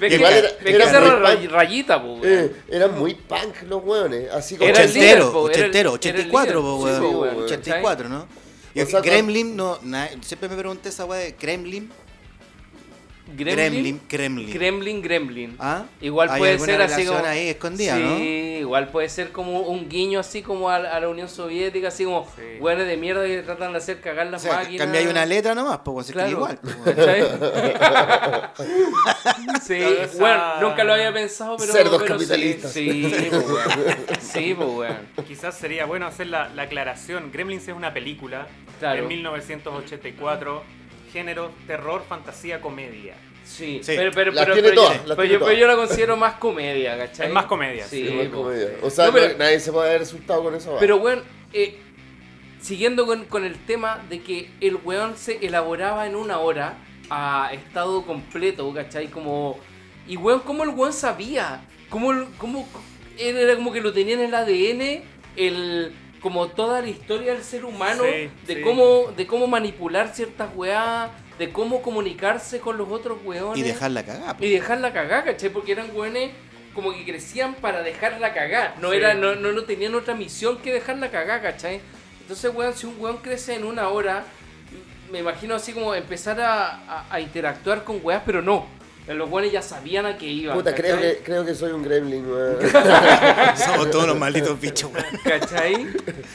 Ve que,
Igual era-
ve que
era
esa
muy
ra-
pan-
rayita, pues, weón.
Eh, eran muy punk los hueones. Así como
Era el líder,
Ochentero,
po, era el-
ochentero,
era el
84,
líder.
po,
Sí,
weón.
po, weón,
84, ¿no? Y
O sea,
Gremlin, no, na- siempre me pregunté esa weá de Kremlin. Gremlin,
Gremlin,
Kremlin.
Gremlin, Gremlin.
¿Ah?
Igual
Hay
puede
alguna
ser así
relación
como.
ahí escondida,
sí,
¿no?
igual puede ser como un guiño así como a, a la Unión Soviética, así como
Sí.
hueones de mierda que tratan de hacer cagar
O
las
sea,
máquinas.
cambiáis una letra nomás, pues, se
Claro.
escribe igual. po, weón.
¿Cachai? sí,
Claro, esa-
bueno, nunca lo había pensado, pero.
Cerdos
pero sí,
capitalistas.
Sí, pues, weón. Sí, pues, weón.
Quizás sería bueno hacer la, la aclaración. Gremlins es una película
Claro.
en 1984, género terror, fantasía, comedia.
Sí,
Sí.
pero, pero,
Las
pero,
tiene
pero
todas,
yo,
las
pero
tiene
yo- pero
todas.
yo la considero más comedia, ¿cachai?
Es más comedia,
Sí,
Sí, más
po.
comedia. O sea,
No, pero-
no- nadie se puede haber asustado con eso.
Pero weón, eh, siguiendo con, con el tema de que el weón se elaboraba en una hora a estado completo, ¿cachai? Como. Y weón, ¿cómo el weón sabía? ¿Cómo, el- cómo él era como que lo tenía en el ADN? El. Como toda la historia del ser humano,
Sí,
de
sí.
cómo, de cómo manipular ciertas weás, de cómo comunicarse con los otros weones.
Y dejarla cagada.
Y dejarla cagar, ¿cachai? Porque eran güenes como que crecían para dejarla cagar. No,
Sí.
era, no, no, no tenían otra misión que dejarla cagar, ¿cachai? Entonces, weón, si un weón crece en una hora, me imagino así como empezar a, a- a interactuar con weas, pero no. Los weones ya sabían a qué iban.
Puta, creo
¿cachai?
que, creo que soy un gremlin. weón.
Somos todos unos malditos bichos, weón.
¿Cachai?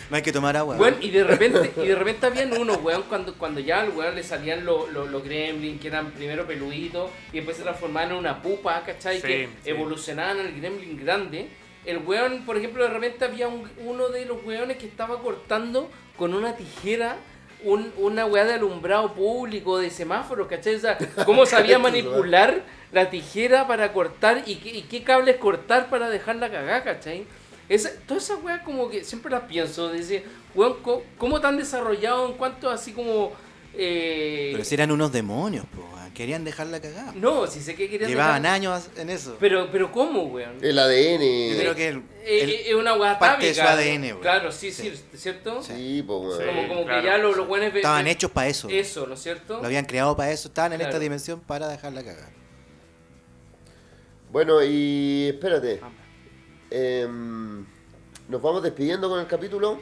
No hay que tomar agua.
Weón, y de repente, y de repente habían unos, weón, cuando, cuando ya al weón le salían los los los gremlins, que eran primero peluditos, y después se transformaban en una pupa, ¿cachai?
Sí,
que
sí.
evolucionaban al gremlin grande. El weón, por ejemplo, de repente había un- uno de los weones que estaba cortando con una tijera. un- una weá de alumbrado público, de semáforos, ¿cachai? O sea, cómo sabía
Este
manipular la tijera para cortar y qué, y qué cables cortar para dejarla cagada, ¿cachai? Esa, todas esas weas como que siempre las pienso, dice, weón, co- ¿cómo, tan desarrollado en cuanto así como... eh,
Pero si eran unos demonios, po, weón. Querían dejarla cagada.
No, si sé que querían...
Llevaban
dejar-
años en eso.
Pero, pero ¿cómo, weón?
El
Yo
ADN.
creo que el-
Eh,
el-
eh, es una wea
parte de
atávica.
su ADN, weón.
Claro, sí, sí, ¿cierto?
Sí, po, weón.
Sí.
Como, como
claro,
que ya los,
sí.
los weones... ve-
estaban
ve-
hechos para eso.
Eso, ¿no es cierto?
Lo habían creado para eso. Estaban en esta
Claro.
dimensión para dejarla cagada.
Bueno, y espérate.
Ah.
Em, Nos vamos despidiendo con el capítulo,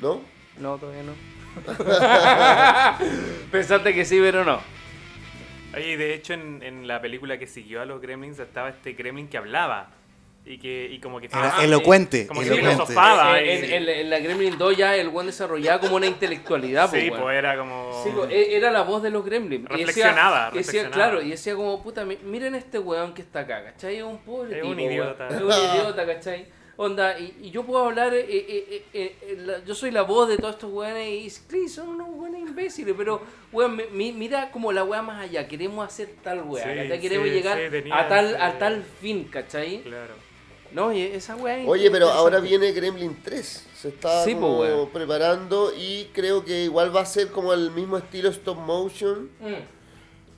¿no?
No, todavía no. Pensaste que sí, pero no.
Oye, y de hecho, en, en la película que siguió a los Gremlins estaba este Gremlin que hablaba. Y que y como que
Era
estaba-
Ah, elocuente.
como que
elocuente.
filosofaba. Estaba
en,
ahí.
Eh, en- en la- en la Gremlin 2 ya el weón desarrollaba como una intelectualidad, po,
Sí,
Ah, weón.
pues era como.
Sí, po, e- era la voz de los gremlins. Y decía-
Reflexionaba,
y decía,
reflexionaba.
claro, y decía como, puta, mi- miren este weón que está acá, ¿cachai? Es un pobre
Es
tipo,
un idiota.
weón. Es un idiota, ¿cachai? Onda, y, y yo puedo hablar, eh, eh, eh, eh, eh, la- yo soy la voz de todos estos weones y sí, son unos weones imbéciles, pero weón, mi- mi- mira como la weá más allá, queremos hacer tal weá,
Sí,
¿cachai? Queremos
sí,
llegar
sí, tenía
a tal,
ese-
a tal fin, ¿cachai?
Claro.
No, y esa weá es
Oye, pero ahora
interesante.
viene Gremlin 3. Se está
Sí, po,
como
weón.
preparando y creo que igual va a ser como el mismo estilo stop motion.
Mm.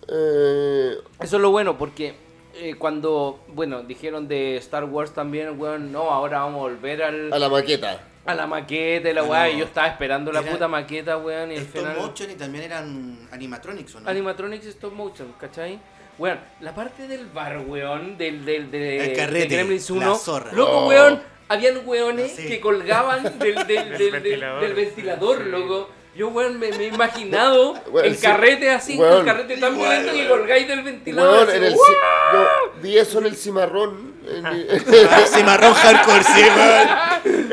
Eh,
Eso es lo bueno, porque eh, cuando, bueno, dijeron de Star Wars también, weón, no, ahora vamos a volver al,
a la Ah, maqueta.
a la maqueta y la
No,
weá,
no.
y yo estaba esperando la
Era-
puta maqueta, weón, y al final...
Stop motion y también eran animatronics, ¿o ¿no?
Animatronics stop motion, ¿cachai? Weón, la parte del bar, weón, del, del, de,
El carrete,
de Gremlins
la
1,
zorra.
loco,
Oh.
weón, habían weones
Sí.
que colgaban del, del, del, del- del
ventilador,
ventilador,
sí.
loco. Yo, weón, me, me he imaginado
Weón,
el
sí.
carrete así,
Weón.
el carrete tan violento que colgáis del ventilador.
Weón,
así,
en el
¡guau!
ci- yo vi eso en el cimarrón. En,
Cimarrón hardcore, sí, weón.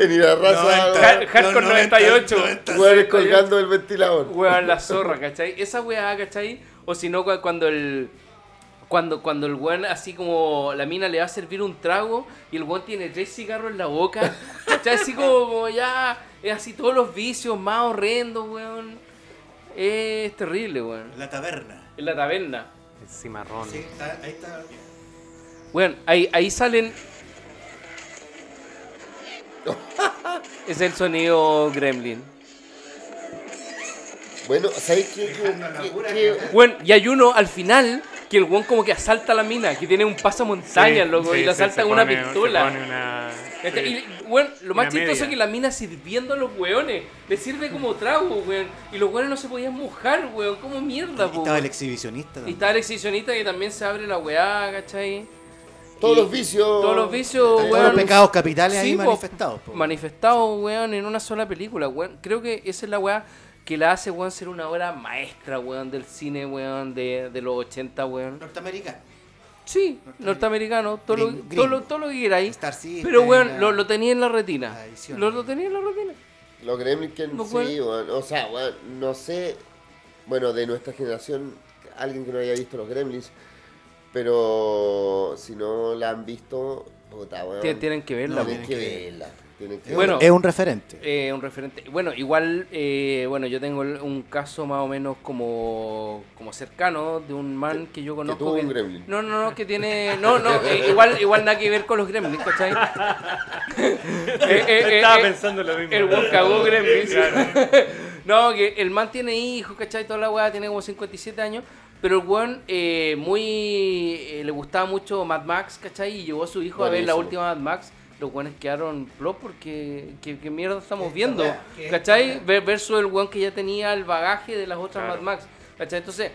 en Irarraza.
Hard- Hardcore 98.
Weones colgando el ventilador.
Weón, la zorra, ¿cachai? Esa weá, ¿cachai? O si no, cu- cuando el. Cuando, cuando el weón, así como la mina le va a servir un trago y el weón tiene tres cigarros en la boca, ¿cachai? Así como, como ya. Es así todos los vicios más horrendos, weón. Es terrible, weón.
La taberna.
En la taberna.
El cimarrón.
Sí, está- ahí está.
Bueno, ahí, ahí salen. es el sonido gremlin.
Bueno, ¿sabéis qué? qué- qué- qué-
Bueno, y hay uno al final que el weón como que asalta a la mina, que tiene un pasamontañas,
Sí,
loco,
sí,
y lo
sí,
asalta
se
con una
pone- se pone
pistola.
una-
¿Cachai?
sí.
Y, bueno, lo más
Una
chistoso
media.
es que la mina sirviendo a los weones, le sirve como trago, weón. Y los weones no se podían mojar, weón. ¿Cómo mierda,
Y estaba el
weón?
exhibicionista.
Y
también.
está el exhibicionista que también se abre la weá, ¿cachai?
Todos
Y-
los vicios.
todos los vicios,
Todos
Todos los
weón.
pecados capitales
Sí,
ahí
po.
manifestados. po.
Manifestado, weón, en una sola película, weón. Creo que esa es la weá que la hace, weón, ser una obra maestra, weón, del cine, weón, de, de los 80, weón.
Norteamericano.
Sí, norteamericano, todo, lo,
Gring-
todo, lo,
gringo.
todo lo que queráis.
Star System,
Pero, weón,
la-
lo, lo tenía en la retina.
la edición.
Lo, lo tenía en la retina.
Los Gremlins,
Los
sí, weón. O sea, weón, no sé. Bueno, de nuestra generación, alguien que no haya visto los Gremlins. Pero si no la han visto, puta, weón.
Tien- Tienen que verla,
No,
weón.
Tienen que verla. Tienen que
Bueno,
Es un referente.
Eh, un referente. Bueno, igual, eh, bueno, yo tengo el- un caso más o menos como, como cercano de un man que yo conozco.
tuvo un gremlin.
No, no, no, que tiene. No, no, eh, igual, igual nada que ver con los gremlins, ¿cachai? Eh, eh, eh,
Estaba
eh,
pensando lo mismo.
El buen cagó gremlins.
Claro.
No, que el man tiene hijos, ¿cachai? Toda la weá tiene como 57 años. Pero el weón eh, muy, eh, le gustaba mucho Mad Max, ¿cachai? Y llevó a su hijo a ver la
Buenísimo.
última Mad Max. Los weones quedaron plop porque ¿qué, qué mierda estamos
Esta
viendo?
weá, ¿qué es esta
¿Cachai?
weá?
Ver- Versus el weón que ya tenía el bagaje de las otras
Claro.
Mad Max. ¿Cachai? Entonces,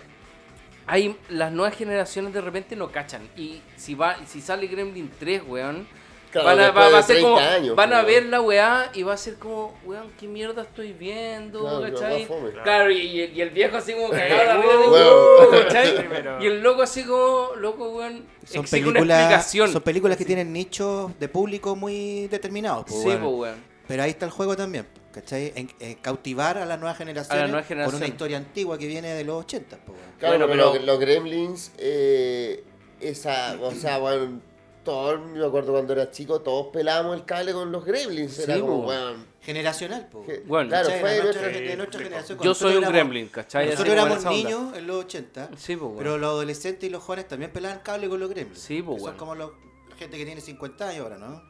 hay las nuevas generaciones de repente no cachan. Y si va si sale Gremlin 3, weón,
Claro,
van, a,
después
va- va
de
a ser
30
como,
años,
van a
weón.
ver la weá y va a ser como, weón, qué mierda estoy viendo,
Claro, que
¿cachai?
va fome.
Claro, y, y- y el viejo así como cagado la vida,
Weón.
Sí, pero-
Y el loco así como, loco, weón,
Son
exige una
películas,
explicación.
son películas que tienen nichos de público muy determinados. po,
Sí,
weón.
po, weón.
Pero ahí está el juego también, po, ¿cachai? En, en cautivar a las nuevas generaciones
nueva
con
generación.
una historia antigua que viene de los 80. po, weón.
Claro,
Bueno,
pero,
pero-
los Gremlins, eh, esa, o sea, bueno, todos, me acuerdo cuando era chico, todos pelábamos el cable con los Gremlins, era
Sí,
como,
po.
weón,
Generacional. po,
que-
weón.
Bueno,
claro,
¿Cachai?
fue
De
nuestra-
nuestra- de nuestra
sí,
Yo
generación. Cuando
soy un
éramos-
gremlin, ¿cachai? Así
Nosotros
como en
éramos
esa onda.
niños en los 80,
Sí, po, weón.
pero los adolescentes y los jóvenes también pelaban cable con los gremlins.
Sí, po,
que
weón.
Son como los- la gente que tiene 50 años ahora, ¿no?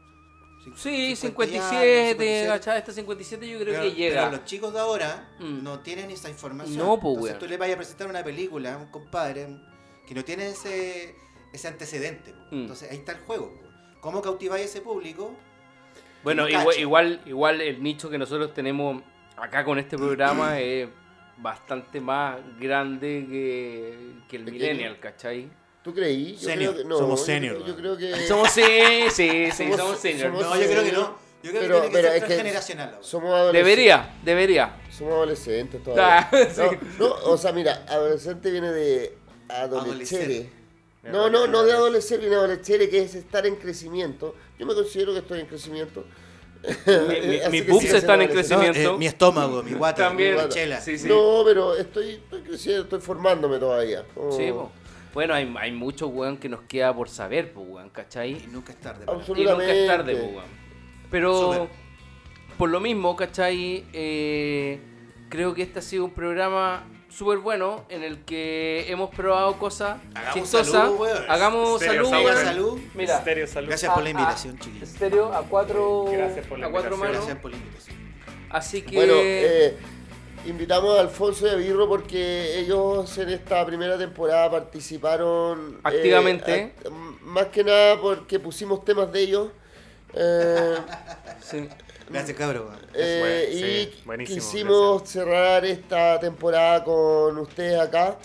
Cin-
Sí,
50 y algo,
57,
57.
¿cachai? Hasta 57 yo creo
Pero,
que llega.
pero los chicos de ahora
Mm.
no tienen esa información.
No, po,
Entonces
weón.
tú le vayas a presentar una película a un compadre que no tiene ese, ese antecedente. po.
Mm.
Entonces ahí está el juego. po. ¿Cómo cautiváis a ese público?
Bueno,
no
igual,
cacha.
igual, igual el nicho que nosotros tenemos acá con este programa es bastante más grande que, que el
Pequeño.
millennial, ¿cachai?
¿Tú creí? Yo
Senior,
creo que, no,
somos
yo
senior,
creo- Yo,
weón.
creo que
Somos sí, sí, sí,
Somos-
somos senior.
somos-
No, yo creo que no. Yo creo
Pero-
que tiene que
pero
ser
es que-
transgeneracional. la weá.
somos adolescentes.
Debería, debería.
Somos adolescentes todavía.
Ah, sí.
no, no, o sea, mira, adolescente viene de
Adolecer.
adolescente. No, no, no de adolescente, viene de adolescente, que es estar en crecimiento. Yo me considero que estoy en crecimiento.
mi-
Así
mis
que
boobs
sigue siendo
están en
adolescente.
crecimiento.
No,
Crecimiento.
eh, mi estómago, mi guata,
También.
mi chela.
Sí, sí.
No, pero estoy, estoy creciendo, estoy formándome todavía. Oh,
Sí, po. Bueno, hay, hay mucho, weón, que nos queda por saber, po, weón, ¿cachai?
Y nunca es tarde. para nada.
Y nunca
Absolutamente.
es tarde, po, weón. Pero
Súper.
por lo mismo, ¿cachai? Eh, creo que este ha sido un programa súper bueno en el que hemos probado cosas
Hagamos
chistosas.
salud, weón.
Hagamos
Stereo
Oh, salud,
Sour.
Venga,
weón.
salud.
Mira,
Estéreo Salud. Ah.
Gracias por la invitación, chiquillos.
estéreo a cuatro,
Gracias por la
a cuatro
invitación.
manos.
Gracias por la invitación.
Así que.
Bueno, eh, invitamos a Alfonso y a Birro porque ellos en esta primera temporada participaron eh,
Activamente.
act- m- más que nada porque pusimos temas de ellos. eh,
sí.
Gracias, cabrón. weón.
eh,
Eso es, sí,
y
buenísimo,
quisimos cerrar esta temporada con ustedes acá.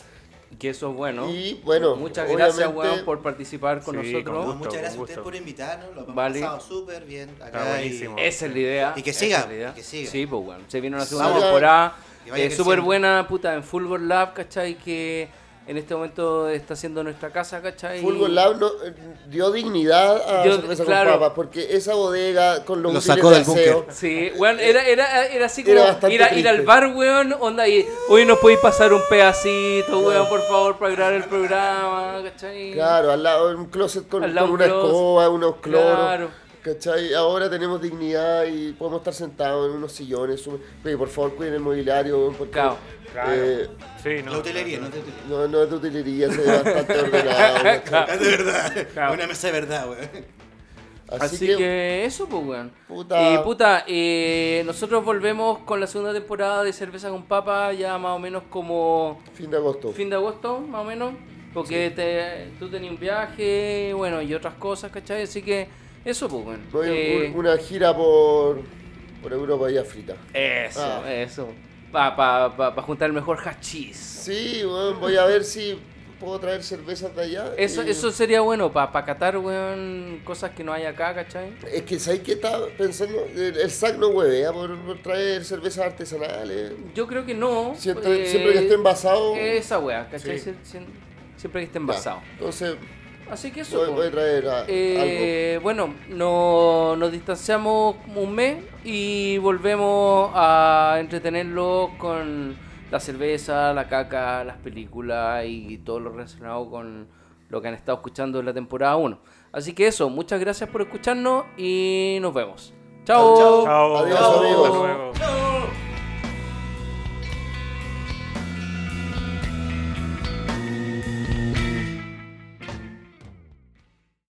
Que eso es bueno.
Y, bueno,
muchas
obviamente-
gracias, weón, por participar con
Sí,
nosotros.
con
No,
gusto,
Oh, muchas gracias a
gusto.
ustedes por invitarnos. Lo hemos
Vale.
pasado súper bien. Acá
Está buenísimo.
Esa es la idea.
Y que
esa
siga,
es la idea.
y que siga.
Sí, pues, weón. Se viene una segunda
Salgan.
temporada.
Que vaya
eh, súper
creciendo.
buena, puta, en Fulgor Lab, ¿cachai? Que en este momento está siendo nuestra casa, ¿cachai?
Fulgor Lab no- eh, dio dignidad a
Yo-
Cerveza
claro.
con Papas, porque esa bodega con los
Lo
útiles
sacó
de
del
aseo,
búnker.
Sí, weón, era, era, era así
Era
como
bastante
ir, a- ir
triste.
al bar, weón, onda y hoy nos podéis pasar un pedacito, weón, por favor, para grabar el programa, ¿cachai?
Claro, al lado un closet con,
Al lado
con
un
una
closet.
escoba, unos cloros.
Claro.
¿Cachai? Ahora tenemos dignidad y podemos estar sentados en unos sillones. sube- Oye, por favor, cuiden el mobiliario, weón, porque
Claro.
Claro.
eh,
Sí, no.
La hotelería, no es de hotelería.
no, no es de utilería, se ve bastante ordenado. ¿cachai?
Es de verdad.
Claro.
Una mesa de verdad, güey.
Así, que... eso, pues, weón.
Puta.
Y puta, eh, nosotros volvemos con la segunda temporada de Cerveza con Papa, ya más o menos como
Fin de agosto.
fin de agosto, más o menos. Porque te- tú tenías un viaje, bueno, y otras cosas, ¿cachai? Así que eso, pues, weón.
Voy a
Eh,
un- una gira por, por Europa y África.
Eso,
Ah.
eso. Para pa, pa- pa juntar el mejor hachís.
Sí, weón, voy a ver si puedo traer cervezas de allá.
Eso,
y-
eso sería bueno, para catar, weón, cosas que no hay acá, ¿cachai?
Es que, ¿sabes qué estaba pensando? El, el SAC no huevea por, por traer cervezas artesanales.
Yo creo que no. eh,
Siempre- siempre que esté envasado.
Esa weá, ¿cachai?
Sí.
Sie- sie- Siempre que esté envasado.
Ya, Entonces,
Así que eso.
voy,
po.
voy a traer a-
Eh, bueno, no, nos distanciamos como un mes y volvemos a entretenerlo con la cerveza, la caca, las películas y todo lo relacionado con lo que han estado escuchando en la temporada 1. Así que eso, muchas gracias por escucharnos y nos vemos. Chao.
Chao, chao.
Chao.
Adiós,
Hasta
amigos.
luego.